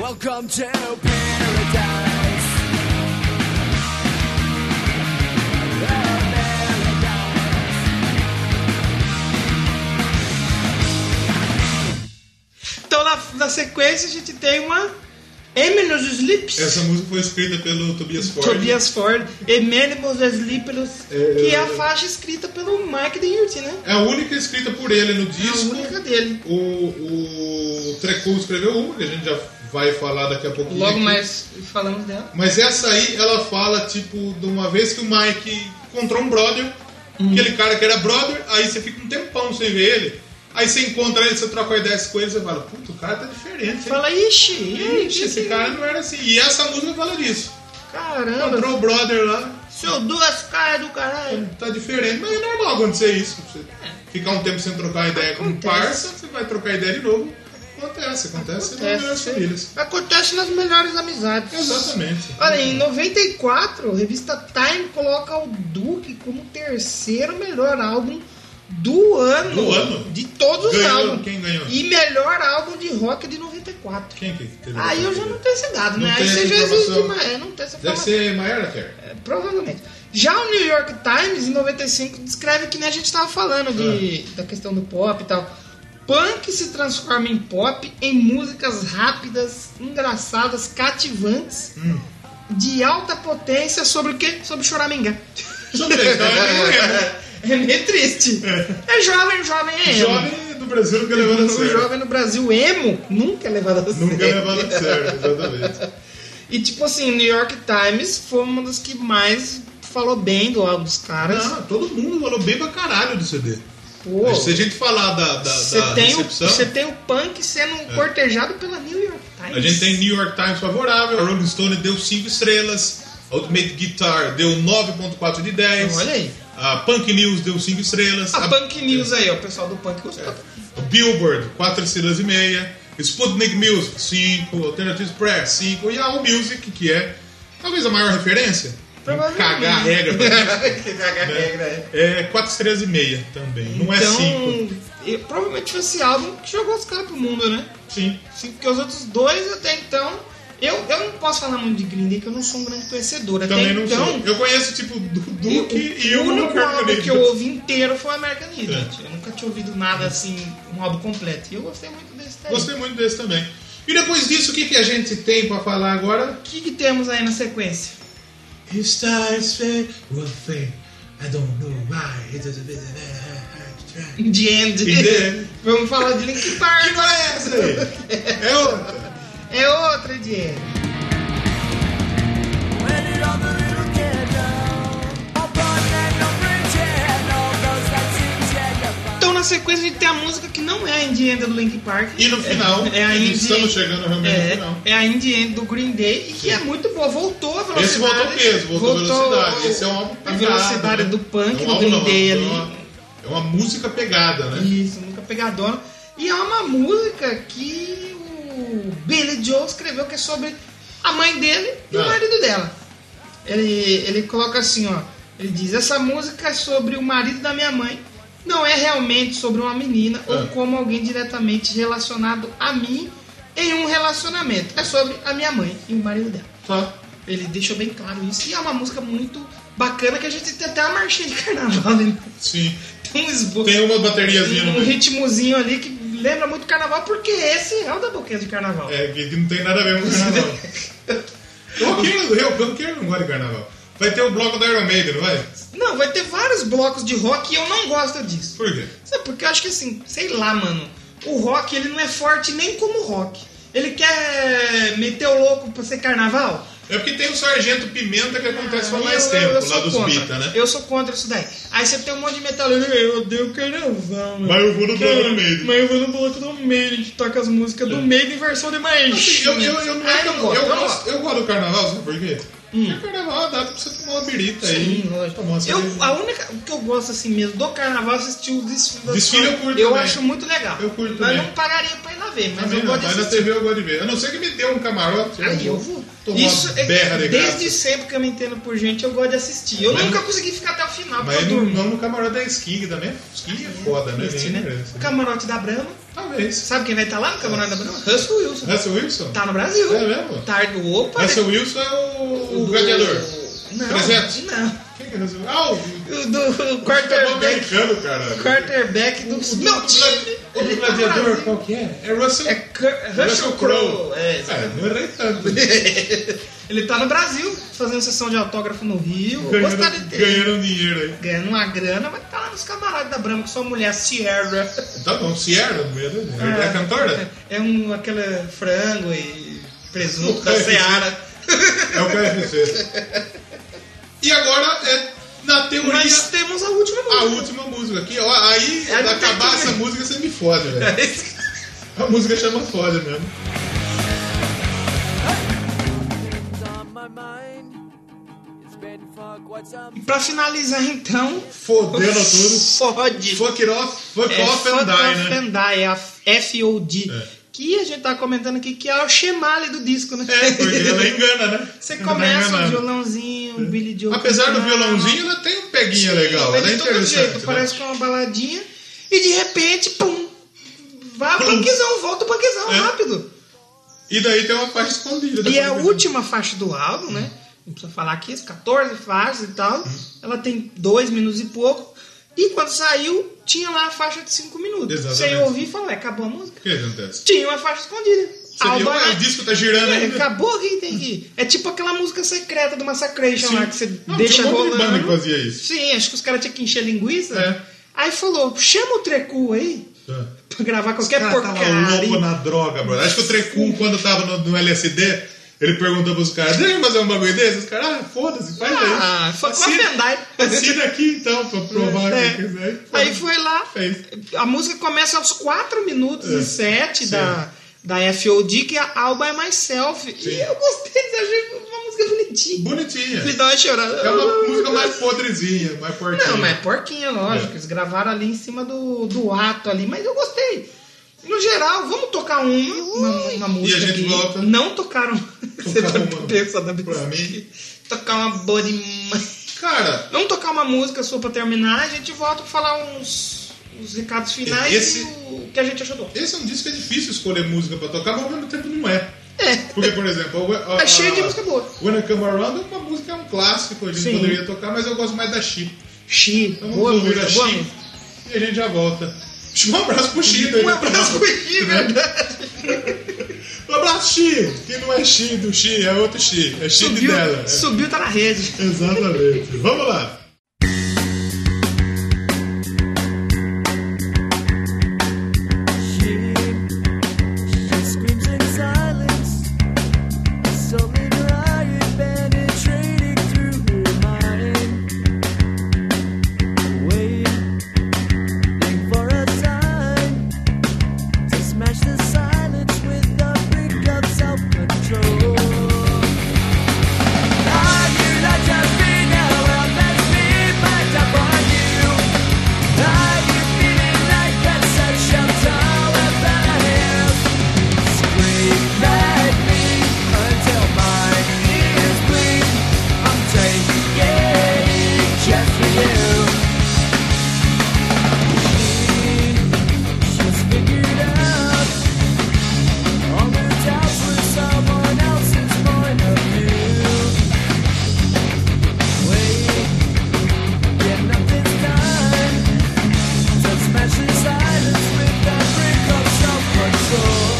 C: Welcome to paradise.
A: Então, na, na sequência, a gente tem uma Eminus Sleeps.
B: Essa música foi escrita pelo Tobias Ford.
A: Tobias Ford, Emenimos Sleepless,
B: É,
A: que é a
B: eu-
A: faixa escrita pelo Mike Deirty, né?
B: É a única escrita por ele no
A: É a
B: disco.
A: única dele.
B: O, o Trecu escreveu uma, que a gente já vai falar daqui a pouquinho.
A: Logo
B: aqui.
A: mais falamos dela.
B: Mas essa aí, ela fala, tipo, de uma vez que o Mike encontrou um brother,
A: Uhum.
B: aquele cara que era brother, aí você fica um tempão sem ver ele. Aí você encontra ele, você troca ideias com ele, você fala, puta, o cara tá diferente. hein?
A: Fala, ixi,
B: Ixi, esse
A: é
B: cara não era assim. E essa música fala disso.
A: Caramba,
B: Encontrou o brother lá,
A: seu duas caras do caralho.
B: tá diferente. Mas é normal acontecer isso. Você ficar um tempo sem trocar ideia com
A: É.
B: um
A: Acontece.
B: parça, você vai trocar ideia de novo. Acontece, acontece, acontece. nas famílias.
A: Acontece nas melhores amizades.
B: Exatamente.
A: Olha, em 94, a revista Time coloca o Duke como o terceiro melhor álbum do ano.
B: Do ano?
A: De todos os
B: Ganhou,
A: álbuns.
B: quem ganhou?
A: E melhor álbum de rock de 94.
B: Quem que teve?
A: Aí Ah, eu já não tenho esse dado,
B: Não
A: né?
B: tem
A: Aí você
B: essa
A: já existe
B: informação.
A: mais. É, não tem essa
B: Deve
A: informação.
B: ser Mayara Kerr.
A: É, Provavelmente. Já o New York Times, em 95, descreve que nem a gente estava falando de, da questão do pop e tal. Punk se transforma em pop em músicas rápidas, engraçadas, cativantes, de alta potência sobre o quê? Sobre choramingá.
B: Sobre então, é
A: É meio triste. É jovem, jovem é *laughs*
B: um
A: emo.
B: jovem do Brasil nunca levando a
A: O
B: sério.
A: jovem no Brasil emo nunca é levado a
B: Nunca
A: sério.
B: levando a sério, exatamente.
A: E tipo assim, o New York Times foi uma das que mais falou bem do álbum dos caras.
B: Não, todo mundo falou bem pra caralho do CD.
A: Pô.
B: Mas Se a gente falar da, da, da
A: Você tem, o-
B: recepção, É.
A: cê tem o punk sendo cortejado pela New York Times.
B: a gente tem New York Times favorável, a Rolling Stone deu 5 estrelas, a Ultimate Guitar deu 9.4 de 10,
A: Olha aí.
B: a Punk News deu 5 estrelas,
A: A Punk News aí, ó. O pessoal do punk
B: É.
A: gostou.
B: a Billboard 4 estrelas e meia, Sputnik Music 5, Alternative Press 5 e a All Music, que é talvez a maior referência,
A: Provavelmente.
B: Cagar a regra.
A: *laughs* Que cagar a regra, é. Então-
B: É 4 estrelas e meia também, *laughs* não é 5.
A: e provavelmente foi esse álbum que jogou os caras pro mundo, né?
B: Sim.
A: Sim, Porque os outros dois até então. Eu, eu não posso falar muito de Green Day, que eu não sou um grande conhecedor. Até
B: Também não
A: então,
B: sou. Eu conheço, tipo, do
A: eu-
B: Duke e
A: o
B: o É.
A: único álbum
B: American
A: que eu
B: Idiot.
A: ouvi inteiro foi o American Idiot. Eu nunca tinha ouvido nada assim, um álbum completo. E eu gostei muito desse daí.
B: Gostei muito desse também. E depois disso, o que, que a gente tem pra falar agora?
A: O que, que temos aí na sequência?
B: Stars fade, one thing. I don't know why. It doesn't matter. I try.
A: The End.
B: In the End.
A: Vamos falar de Linkin Park. né?
B: Que hora é essa aí? É outra.
A: É outra de End.
C: When you're on the river up on that no bridge all those that seem to
A: Então na sequência a gente tem a música que não é a Indie End do Linkin Park.
B: E no final,
A: é, é a Indie
B: estamos chegando realmente no
A: é,
B: final.
A: é a Indie End do Green Day e que é muito boa. Voltou a velocidade.
B: Esse voltou peso, voltou, velocidade.
A: o-
B: Esse é um álbum
A: A
B: pegado.
A: velocidade
B: né?
A: do punk
B: É um
A: do
B: álbum
A: Green
B: não,
A: Day
B: é
A: ali.
B: uma- É uma música pegada, né?
A: Isso, nunca pegadona. E é uma música que o Billy Joe escreveu que é sobre a mãe dele e o
B: Ah.
A: marido dela. Ele, ele coloca assim, ó. Ele diz, essa música é sobre o marido da minha mãe. Não é realmente sobre uma menina ou
B: Ah.
A: como alguém diretamente relacionado a mim em um relacionamento. É sobre a minha mãe e o marido dela.
B: Só.
A: Ele deixou bem claro isso. E é uma música muito bacana que a gente tem até uma marchinha de carnaval, né?
B: Sim.
A: Tem um esboço
B: Tem uma bateriazinha no
A: um
B: meio.
A: ritmozinho ali que lembra muito carnaval, porque esse é o da boquinha de carnaval.
B: É, que não tem nada a ver com
A: *laughs*
B: carnaval. o roqueiro, eu, o roqueiro não gosta de carnaval. Vai ter o bloco da Iron Maiden, não vai?
A: Não, vai ter vários blocos de rock e eu não gosto disso.
B: Por quê?
A: Sabe, porque eu acho que assim, sei lá, mano, o rock ele não é forte nem como rock. Ele quer meter o louco pra ser carnaval?
B: É porque tem o Sargento Pimenta que acontece há
A: Aí
B: mais
A: Ah, eu-
B: tempo,
A: eu- eu
B: lá
A: sou
B: dos
A: contra.
B: Pita, né?
A: Eu sou contra isso daí. Aí você tem um monte de metaleiro, eu odeio carnaval, mano.
B: Mas eu vou no bloco do Maiden.
A: Mas eu vou no bloco do Maiden, que toca as músicas do Maiden em versão de
B: Assim,
A: marchinha.
B: eu, eu, eu, não é
A: Ai,
B: que eu,
A: não
B: eu,
A: Ah, gosto, não
B: gosto, eu gosto do carnaval, sabe por quê? Porque o carnaval é uma data pra você tomar uma birita aí.
A: Sim, lógico.
B: tomar uma
A: Eu, ah,
B: cerveja.
A: a única o que eu gosto assim mesmo do carnaval é assistir o desfile da
B: Desfile
A: escola.
B: eu curto também.
A: acho muito legal.
B: Eu curto
A: Mas
B: também.
A: não pagaria pra ir lá ver, mas
B: Também
A: eu
B: não,
A: gosto de
B: mas na
A: assistir.
B: TV eu gosto de ver. A não ser que me dê um camarote.
A: Aí eu vou.
B: Tomar
A: Isso
B: uma
A: é
B: berra de graça.
A: desde sempre que eu me entendo por gente, eu gosto de assistir. Eu
B: Mas-
A: nunca consegui ficar até o final,
B: Mas
A: porque eu
B: não,
A: durmo.
B: não no camarote da Skin, que também. Skin é foda, né?
A: Triste,
B: Nem
A: né?
B: merece.
A: Camarote da Brahma.
B: Talvez.
A: Sabe quem vai estar lá no Camarote da Brahma? Russell Wilson.
B: Russell Wilson?
A: Tá no Brasil.
B: É mesmo?
A: Tá do Opa.
B: Russell Wilson é o, o
A: do-
B: gladiador.
A: Não,
B: 300?
A: não.
B: Quem que é Russell Ah, o
A: O do
B: futebol
A: quarterback.
B: americano, cara.
A: quarterback do meu time. tá
B: O do gladiador, qual que é? É Russell,
A: É Cur- Russell
B: Russell Crowe.
A: Crowe. É,
B: É, não errei tanto.
A: ele tá no Brasil fazendo sessão de autógrafo no Rio. Gostaria
B: Ganharam,
A: de ter.
B: ganharam dinheiro aí.
A: Ganhando uma grana, mas tá lá nos camarotes da Brahma com sua mulher Sierra.
B: Tá bom, Sierra, mulher dele. É a cantora?
A: É um aquele frango e presunto da
B: É.
A: Seara.
B: É o KFC. E agora é na teoria
A: Mas temos a última
B: a
A: música.
B: última música aqui. Ó, aí
A: É, não tem
B: acabar
A: que-
B: essa música você me fode, velho. A música chama foda mesmo.
C: It's on my mind. It's been fuck what's up.
A: E pra finalizar então,
B: Fodendo tudo.
A: fode.
B: Fuck it off, fuck
A: É
B: off and
A: Fuck
B: die,
A: Off
B: né?
A: and Die, é a FOD.
B: É.
A: Que a gente tá comentando aqui que é o Chemale do disco, né?
B: É, porque ela engana, né?
A: Você
B: Ela tá
A: começa um o
B: enganando.
A: violãozinho, o Billy Joe.
B: Apesar do
A: cantando.
B: violãozinho, ela tem um peguinha legal.
A: Ah, Mas
B: Ela é
A: de todo
B: interessante.
A: jeito,
B: né?
A: parece que é uma baladinha. E de repente, pum! Vai o punkzão, volta o punkzão,
B: É.
A: rápido.
B: E daí tem uma parte escondida.
A: E é
B: da
A: a
B: música.
A: última faixa do álbum, né? Não precisa falar aqui, as 14 faixas e tal.
B: Uhum.
A: Ela tem dois minutos e pouco. E quando saiu, tinha lá a faixa de cinco minutos.
B: Exatamente.
A: Você ia ouvir e falar, "Ué, acabou a música.
B: O que acontece?
A: Tinha uma faixa escondida.
B: Você viu?
A: Alba-
B: Ah, o disco tá girando
A: É,
B: ainda.
A: acabou que tem que ir. É tipo aquela música secreta do Massacration lá que você
B: Não,
A: deixa
B: tinha um monte de
A: rolando.
B: banda que fazia isso.
A: Sim, acho que os caras tinham que encher linguiça.
B: É.
A: Aí falou, chama o Trecu aí
B: Tá.
A: pra gravar
B: O cara
A: qualquer
B: Ah, tava louco
A: é porcaria.
B: na droga, brother. Acho que o Trecum, quando tava no, no LSD, ele perguntou pros caras, deixa eu fazer um bagulho desse? Os caras, ah, foda-se, faz
A: Ah,
B: aí.
A: foi com a
B: Assina-
A: Fendai.
B: Assina aqui então, pra provar
A: É.
B: que quiser.
A: Aí foi lá.
B: Fez.
A: A música começa aos 4 minutos
B: É.
A: e 7
B: Sim.
A: da, da FOD, que é Alba by Myself.
B: Sim.
A: E eu gostei, eu achei uma música bonitinha.
B: Bonitinha.
A: Me dá uma chorada.
B: É uma música mais podrezinha, mais fortinha.
A: Não, mas é porquinha, lógico.
B: É.
A: Eles gravaram ali em cima do, do ato ali, mas eu gostei. No geral, vamos tocar uma, uma, uma
B: E a
A: música
B: gente
A: que
B: volta.
A: não tocaram. *laughs* Você
B: Tocar
A: tá
B: uma-
A: pensa na
B: pra mim.
A: Tocar uma boa demais.
B: Cara,
A: Vamos tocar uma música sua pra terminar, a gente volta pra falar uns, uns recados finais
B: Esse-
A: e o que a gente achou do álbum.
B: esse é um disco que é difícil escolher música pra tocar, mas ao mesmo tempo não é.
A: É,
B: Porque, por exemplo, a, a,
A: é cheio de música boa.
B: When I Come Around é uma música, é um clássico, a gente
A: Sim.
B: poderia tocar, mas eu gosto mais da Chip.
A: Xi,
B: Então
A: boa
B: vamos ouvir
A: música,
B: a
A: boa
B: Chip
A: música.
B: e a gente já volta. Um abraço pro Chido aí.
A: Um abraço né? pro Xi, verdade.
B: Um abraço, Chi! Que não é Chi do Chi, é outro Chi. É Chi de
A: Subiu,
B: dela.
A: subiu, tá na rede.
B: Exatamente. Vamos lá.
C: Yeah. Scream at me until my ears bleed. I'm taking it just for you. She, she's figured out all the doubts were someone else's point of view. Wait, yeah, nothing's done. So smash the silence with that brick of self-control.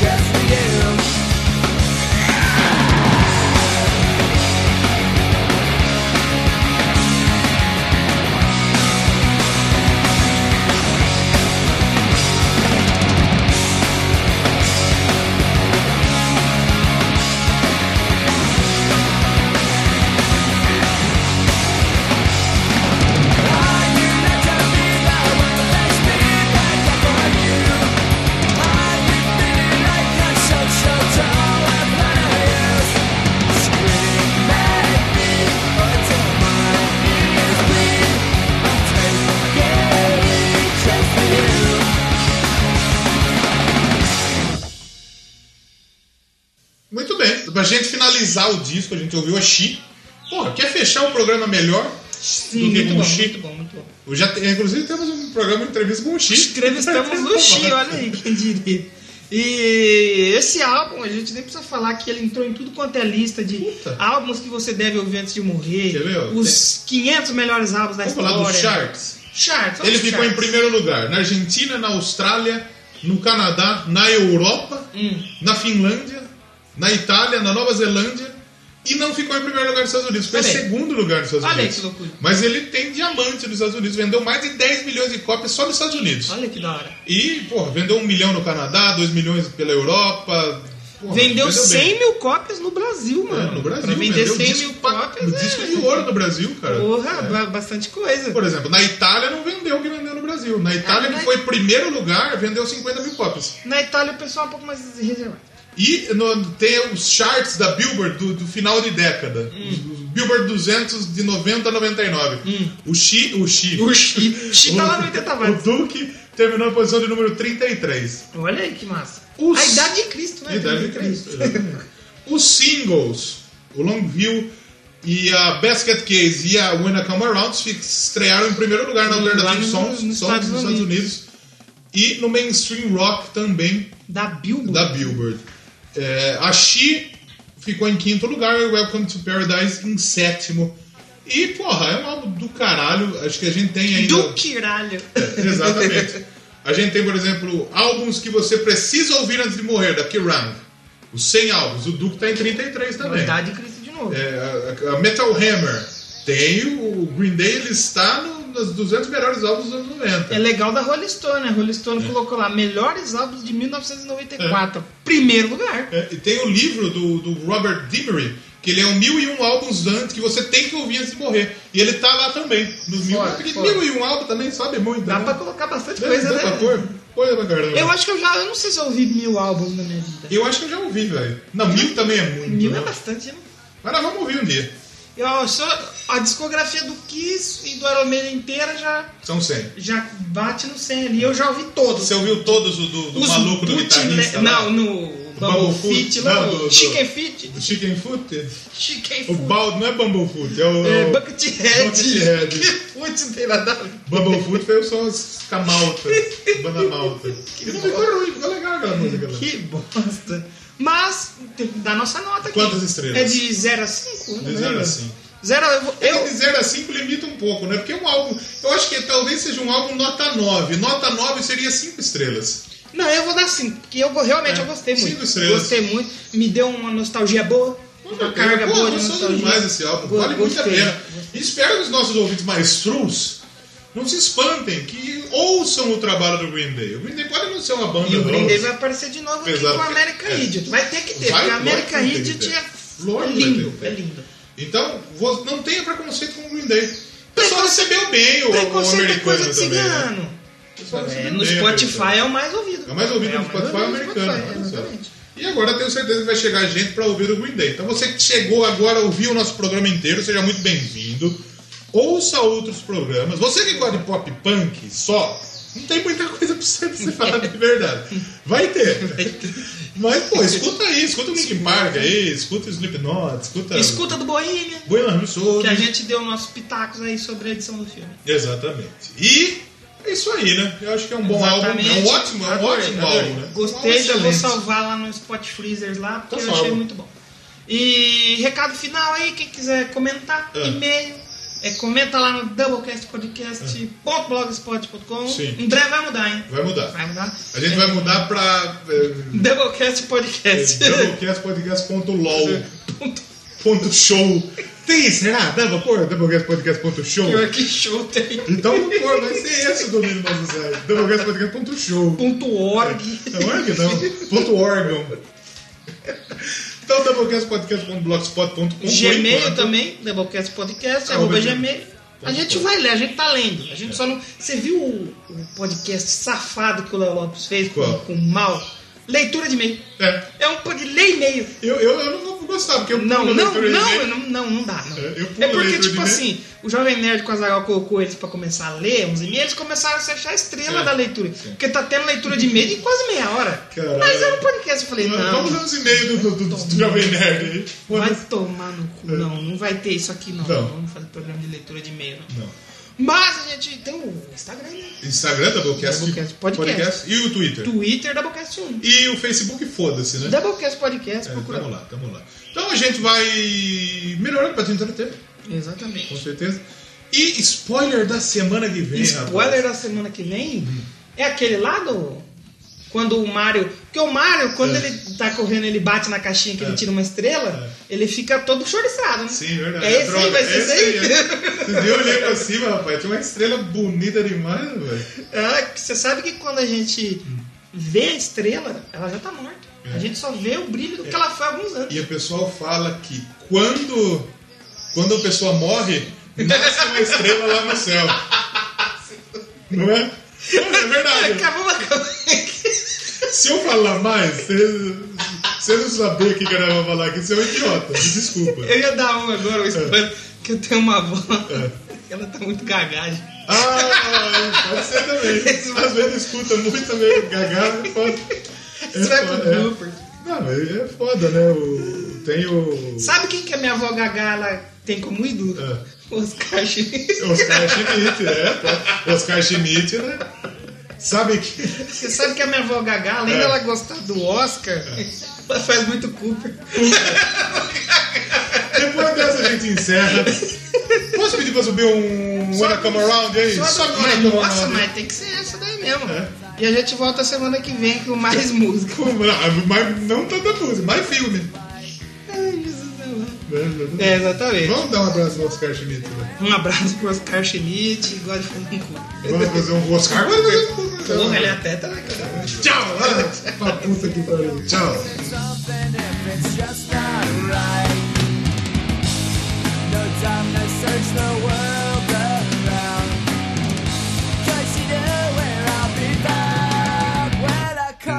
C: Just for you
B: Muito bem. Pra gente finalizar o disco, a gente ouviu a Chi. Porra, quer fechar um programa melhor?
A: Sim,
B: que
A: muito
B: com
A: bom,
B: o Xi?
A: muito bom, muito bom.
B: Eu já, te- inclusive temos um programa de entrevista com o Chi.
A: Entrevistamos o Xi, olha aí, quem diria. E esse álbum, a gente nem precisa falar que ele entrou em tudo quanto é lista de
B: Puta.
A: álbuns que você deve ouvir antes de morrer.
B: Quer ver, ó?
A: Os 500 melhores álbuns da
B: Vamos
A: história. Então,
B: falar do Charts.
A: Charts, olha
B: Ele
A: os
B: ficou em
A: charts.
B: primeiro lugar na Argentina, na Austrália, no Canadá, na Europa,
A: Hum.
B: na Finlândia, na Itália, na Nova Zelândia e não ficou em primeiro lugar nos Estados Unidos. Ficou em
A: Olha aí.
B: segundo lugar nos Estados
A: Olha aí
B: Unidos.
A: que loucura.
B: Mas ele tem diamante nos Estados Unidos, vendeu mais de 10 milhões de cópias só nos Estados Unidos.
A: Olha que da hora.
B: E, porra, vendeu um milhão no Canadá, 2 milhões pela Europa. Porra,
A: Vendeu
B: bem.
A: 100 mil cópias no Brasil,
B: É,
A: mano.
B: no Brasil.
A: pra vender
B: vendeu
A: 100
B: disco
A: mil
B: pra-
A: cópias é...
B: Disco de ouro no Brasil, cara. É.
A: Porra, ba- bastante coisa.
B: Por exemplo, na Itália não vendeu o que vendeu no Brasil. Na Itália,
A: Ah,
B: que
A: mas-
B: foi primeiro lugar, vendeu 50 mil cópias.
A: Na Itália o pessoal é um pouco mais reservado.
B: E no- tem os charts da Billboard do, do final de década.
A: Hum.
B: Os- os Billboard 200 de 90 a 99. O Xi... O Xi...
A: Hum. O Xi, Xi tá lá no 80
B: O
A: watts.
B: Duque terminou na posição de número 33.
A: Olha aí que massa.
B: Os-
A: A idade de Cristo, né?
B: E deve ter isso. exatamente. Os singles, o Long Hill e a Basket Case e a When I Come Around fi- estrearam em primeiro lugar na
A: Lá
B: Alternative
A: no-
B: Songs,
A: nos
B: Songs
A: Estados
B: dos Estados Unidos. E no mainstream rock também
A: *laughs* Da Bilbo.
B: da Billboard. É, a She ficou em quinto lugar e Welcome to Paradise em sétimo. E, porra, é um álbum do caralho. Acho que a gente tem ainda.
A: Do quiralho.
B: *laughs* É, Exatamente. A gente tem, por exemplo, álbuns que você precisa ouvir antes de morrer, da Kerrang. Os 100 álbuns. O Duke tá em 33
A: *laughs* A
B: também.
A: idade de Cristo de novo.
B: É, a, a Metal Hammer. Tem o o Green Day, ele está no, nos 200 melhores álbuns dos anos 90.
A: É legal da Rolling Stone, né? Rolling Stone
B: É.
A: colocou lá melhores álbuns de 1994. Primeiro lugar.
B: É, e tem o livro do, do Robert Dimery, que ele é um mil e um álbuns antes que você tem que ouvir antes de morrer. E ele tá lá também, nos mil,
A: Fora,
B: porque
A: fora.
B: mil e um álbum também sobe muito.
A: Dá
B: né?
A: pra colocar bastante
B: Dá-
A: coisa,
B: dá pra
A: né?
B: pôr. Coisa pra caramba.
A: Eu acho que eu já. Eu não sei se eu ouvi mil álbuns na minha vida.
B: Eu acho que eu já ouvi, velho. Não, mil também é muito.
A: Mil
B: né?
A: é bastante, né?
B: Mas nós vamos ouvir um dia.
A: Eu só, a discografia do Kiss e do Iron Maiden inteira já,
B: São 100.
A: já bate no 100 ali. Eu já ouvi todos.
B: Você ouviu todos o do, do
A: Os
B: maluco do
A: bootleg- né?
B: guitarrista? lá?
A: Não, no Bumble
B: Bumble
A: Fit
B: Foot,
A: lá.
B: não,
A: no
B: do- do-
A: Chicken Fit.
B: Do Chicken Foot?
A: Chicken
B: O
A: Foot.
B: balde não é Bumble Foot, é o.
A: É, Buckethead.
B: Buckethead.
A: Que putz, não tem nada a ver.
B: Bumble Foot foi só as camalta, banda malta. E não ficou ruim, ficou legal aquela música lá.
A: Que bosta. Mas, tem que dar nossa nota aqui.
B: Quantas estrelas?
A: É de 0 a 5?
B: De 0 a É 5.
A: 0 eu, vou-
B: Eu de
A: eu,
B: 0 a 5 limita um pouco, né? Porque é um álbum. Eu acho que talvez seja um álbum nota 9. Nota 9 seria 5 estrelas.
A: não, eu vou dar 5, porque eu go- realmente
B: É,
A: eu gostei
B: cinco
A: muito.
B: estrelas.
A: Gostei muito, me deu uma nostalgia boa, uma carga
B: Pô,
A: boa de
B: gostando
A: nostalgia.
B: demais esse álbum,
A: Go-
B: vale muito a
A: gostei.
B: pena. E espero que os nossos ouvintes mais trus não se espantem, que ouçam o trabalho do Green Day. O Green Day pode não ser uma banda
A: E o Green
B: nova.
A: Day vai aparecer de novo aqui com
B: Apesar
A: o
B: que-
A: American
B: é.
A: Idiot. Vai ter que ter, porque
B: Vai-
A: o
B: lógico
A: American
B: que tem que
A: Idiot
B: ter.
A: é
B: Lógico que
A: lindo,
B: tem
A: é
B: que ter.
A: lindo.
B: Então, vo- não tenha preconceito com o Green Day. O pessoal recebeu bem o, o
A: Preconceito é
B: americano
A: coisa de
B: também. né?
A: cigano.
B: O pessoal
A: É,
B: recebeu
A: no
B: bem o
A: Spotify
B: americano.
A: é o mais ouvido.
B: É o mais ouvido
A: É
B: no Spotify é o americano.
A: Spotify,
B: olha só.
A: exatamente.
B: E agora eu tenho certeza que vai chegar gente para ouvir o Green Day. Então você que chegou agora, ouviu o nosso programa inteiro, seja muito bem-vindo. Ouça outros programas. Você que gosta de pop punk só, não tem muita coisa pra você, pra você *laughs* falar de verdade. Vai ter. Mas, pô, escuta aí, escuta o Nick Park aí, escuta o Slipknot, escuta.
A: Escuta do Bohemia,
B: Bueno Rhapsody.
A: que a gente deu nossos pitacos aí sobre a edição do filme.
B: Exatamente. E é isso aí, né? Eu acho que é um bom
A: Exatamente.
B: álbum. É um ótimo, é um
A: Adorei,
B: ótimo
A: adorei.
B: álbum, né? Um
A: Gostei,
B: álbum
A: já vou
B: excelente.
A: salvar lá no Spot Freezers lá, porque
B: Tá
A: eu
B: salvo.
A: achei muito bom. E recado final aí, quem quiser comentar,
B: Ah.
A: e-mail, é, comenta lá no doublecastpodcast.blogspot.com.
B: Sim.
A: Em breve vai mudar, hein?
B: Vai mudar.
A: Vai mudar. É,
B: A gente vai mudar pra eh, é,
A: Doublecast *laughs* Podcast.
B: doublecastpodcast.lol.show. Tem, será? Dá pra pôr doublecastpodcast.show?
A: Pior que show tem.
B: Então, pô, vai ser esse o domínio do nosso site. doublecastpodcast.show.
A: Ponto .org.
B: Não é que não. Ponto órgão. Então, doublecastpodcast.blogspot.com por
A: Gmail
B: enquanto.
A: também, Doublecast Podcast,
B: um Arroba
A: arroba
B: gmail.
A: Gmail. A gente vai ler, a gente tá lendo. A gente só não. Você viu o, o podcast safado que o Léo Lopes fez com,
B: Qual?
A: com o mal? Leitura de e-mail.
B: É.
A: É um pod. Lê e-mail.
B: Eu, eu, eu não vou gostar, porque eu
A: Não,
B: pulo
A: não, não,
B: a leitura de
A: não,
B: e-mail.
A: não, não, não dá. Não.
B: É, eu pulo
A: É porque,
B: leitura de
A: tipo
B: e-mail.
A: assim, o Jovem Nerd com a Zagal colocou eles pra começar a ler uns e-mails, eles começaram a se achar estrela
B: É.
A: da leitura. Porque tá tendo leitura de e-mail de quase meia hora.
B: Caralho.
A: Mas é um podcast, eu falei, não.
B: Vamos ler os e-mails do, do, do, do Jovem Nerd aí.
A: Vai tomar no cu. Não, não vai ter isso aqui, não.
B: É. Não.
A: Vamos fazer programa de leitura de e-mail, não.
B: Não.
A: Mas a gente tem o Instagram, né?
B: Instagram, Doublecast,
A: Doublecast Podcast.
B: E o Twitter.
A: Twitter, Doublecast 1.
B: E o Facebook, foda-se, né?
A: Doublecast Podcast,
B: É,
A: procura
B: tamo
A: lá.
B: lá, tamo lá. Então a gente vai melhorando pra te entreter, com
A: Exatamente.
B: certeza. E spoiler da semana que vem,
A: Spoiler
B: rapaz.
A: da semana que vem
B: Uhum.
A: é aquele lá do... Quando o Mario... Porque o Mario, quando
B: É.
A: ele tá correndo, ele bate na caixinha que
B: É.
A: ele tira uma estrela, ele fica todo choriçado, né?
B: Sim, verdade.
A: É esse aí,
B: Droga,
A: vai ser
B: esse
A: esse aí. *laughs*
B: aí. né? Eu olhei pra cima, rapaz. Tinha uma estrela bonita demais, velho.
A: É, que você sabe que quando a gente vê a estrela, ela já tá morta.
B: É.
A: A gente só vê o brilho do que ela foi há alguns anos.
B: E o pessoal fala que quando, quando a pessoa morre, nasce uma estrela lá no céu. Não é? É verdade.
A: Acabou, acabou.
B: Se eu falar mais, você você não saber o que que eu ia falar aqui, você é um idiota. Me desculpa.
A: Eu ia dar um agora,
B: É.
A: um spoiler, que eu tenho uma avó. Ela tá muito gagagem.
B: Ah, pode ser também. Às vezes escuta muito meio gagá, pode. É
A: Você vai
B: foda,
A: pro
B: é.
A: blooper.
B: Não, mas é foda, né? O, tem o.
A: Sabe quem que a minha avó gagá ela tem como ídolo?
B: É.
A: Oscar Schmidt.
B: Oscar Schmidt, né? pô. Oscar Schmidt, né? Sabe que.
A: Você sabe que a minha avó gagá, além
B: É.
A: dela gostar do Oscar, ela faz muito Cooper.
B: Depois dessa É, a gente encerra. Posso pedir pra subir um Wanna Come Around aí?
A: Só
B: Sobe
A: do-
B: Wanna
A: mas,
B: Come
A: nossa,
B: Around aí.
A: mas tem que ser essa daí mesmo.
B: É.
A: E a gente volta semana que vem com mais música.
B: Ah, Mas não tanta música, mais filme.
A: Ai, Jesus amado. É, exatamente.
B: Vamos dar um abraço no Oscar Schmidt, né?
A: Um abraço pro Oscar Schmidt, gosta de fazer um Cooper.
B: Vamos fazer um Oscar. Vamos fazer um
A: Porra,
B: Oscar.
A: ele até tá na cara.
B: Tchau! Ah, pra puta que pariu. Tchau!
C: something if it's just not right. No time to search the world around. Cause you know where I'll be found.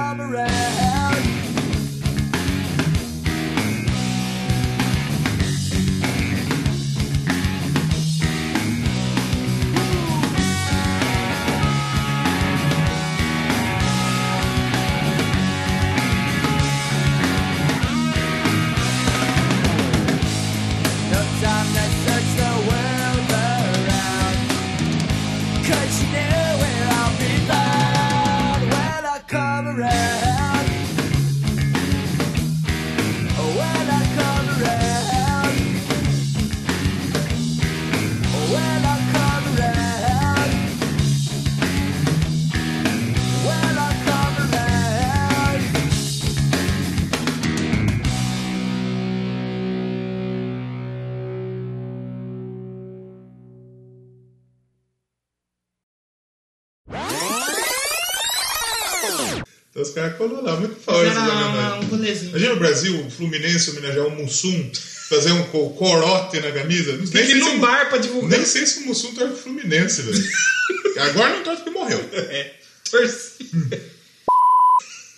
C: Oh, Oh, When I come around, when I come around.
B: Então os caras coloraram muito forte.
A: Era
B: na
A: uma-
B: verdade.
A: um rolezinho.
B: Imagina o Brasil, o Fluminense homenagear o Mussum, fazer um co- corote na camisa. Não sei
A: Tem que ir
B: se
A: num
B: o-
A: bar pra divulgar.
B: Nem sei se o Mussum torce pro Fluminense,
A: *laughs*
B: velho. Agora não torce porque morreu.
A: É. Torci.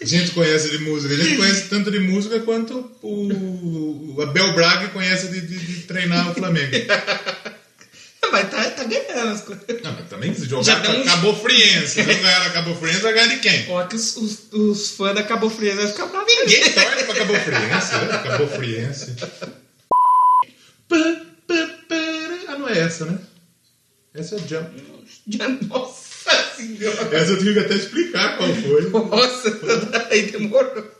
B: A gente conhece de música, a gente conhece tanto de música quanto o, o Abel Braga conhece de, de- de treinar o Flamengo.
A: Mas tá, tá ganhando as coisas.
B: *laughs* Não, mas também se jogar
A: Já
B: com
A: deu
B: a
A: um-
B: Cabo Friense, se não ganhar a Cabo Friense, vai ganhar de quem?
A: Ó, que os, os, os fãs da Cabo Frio vão ficar bravos. *laughs*
B: Ninguém torce pra Cabo Friense, né? Cabo Friense. Pã, pã, pã, Ah, não é essa, né? Essa é a Jump.
A: Nossa senhora.
B: Essa eu tive que até explicar qual foi.
A: Nossa, *laughs* aí demorou.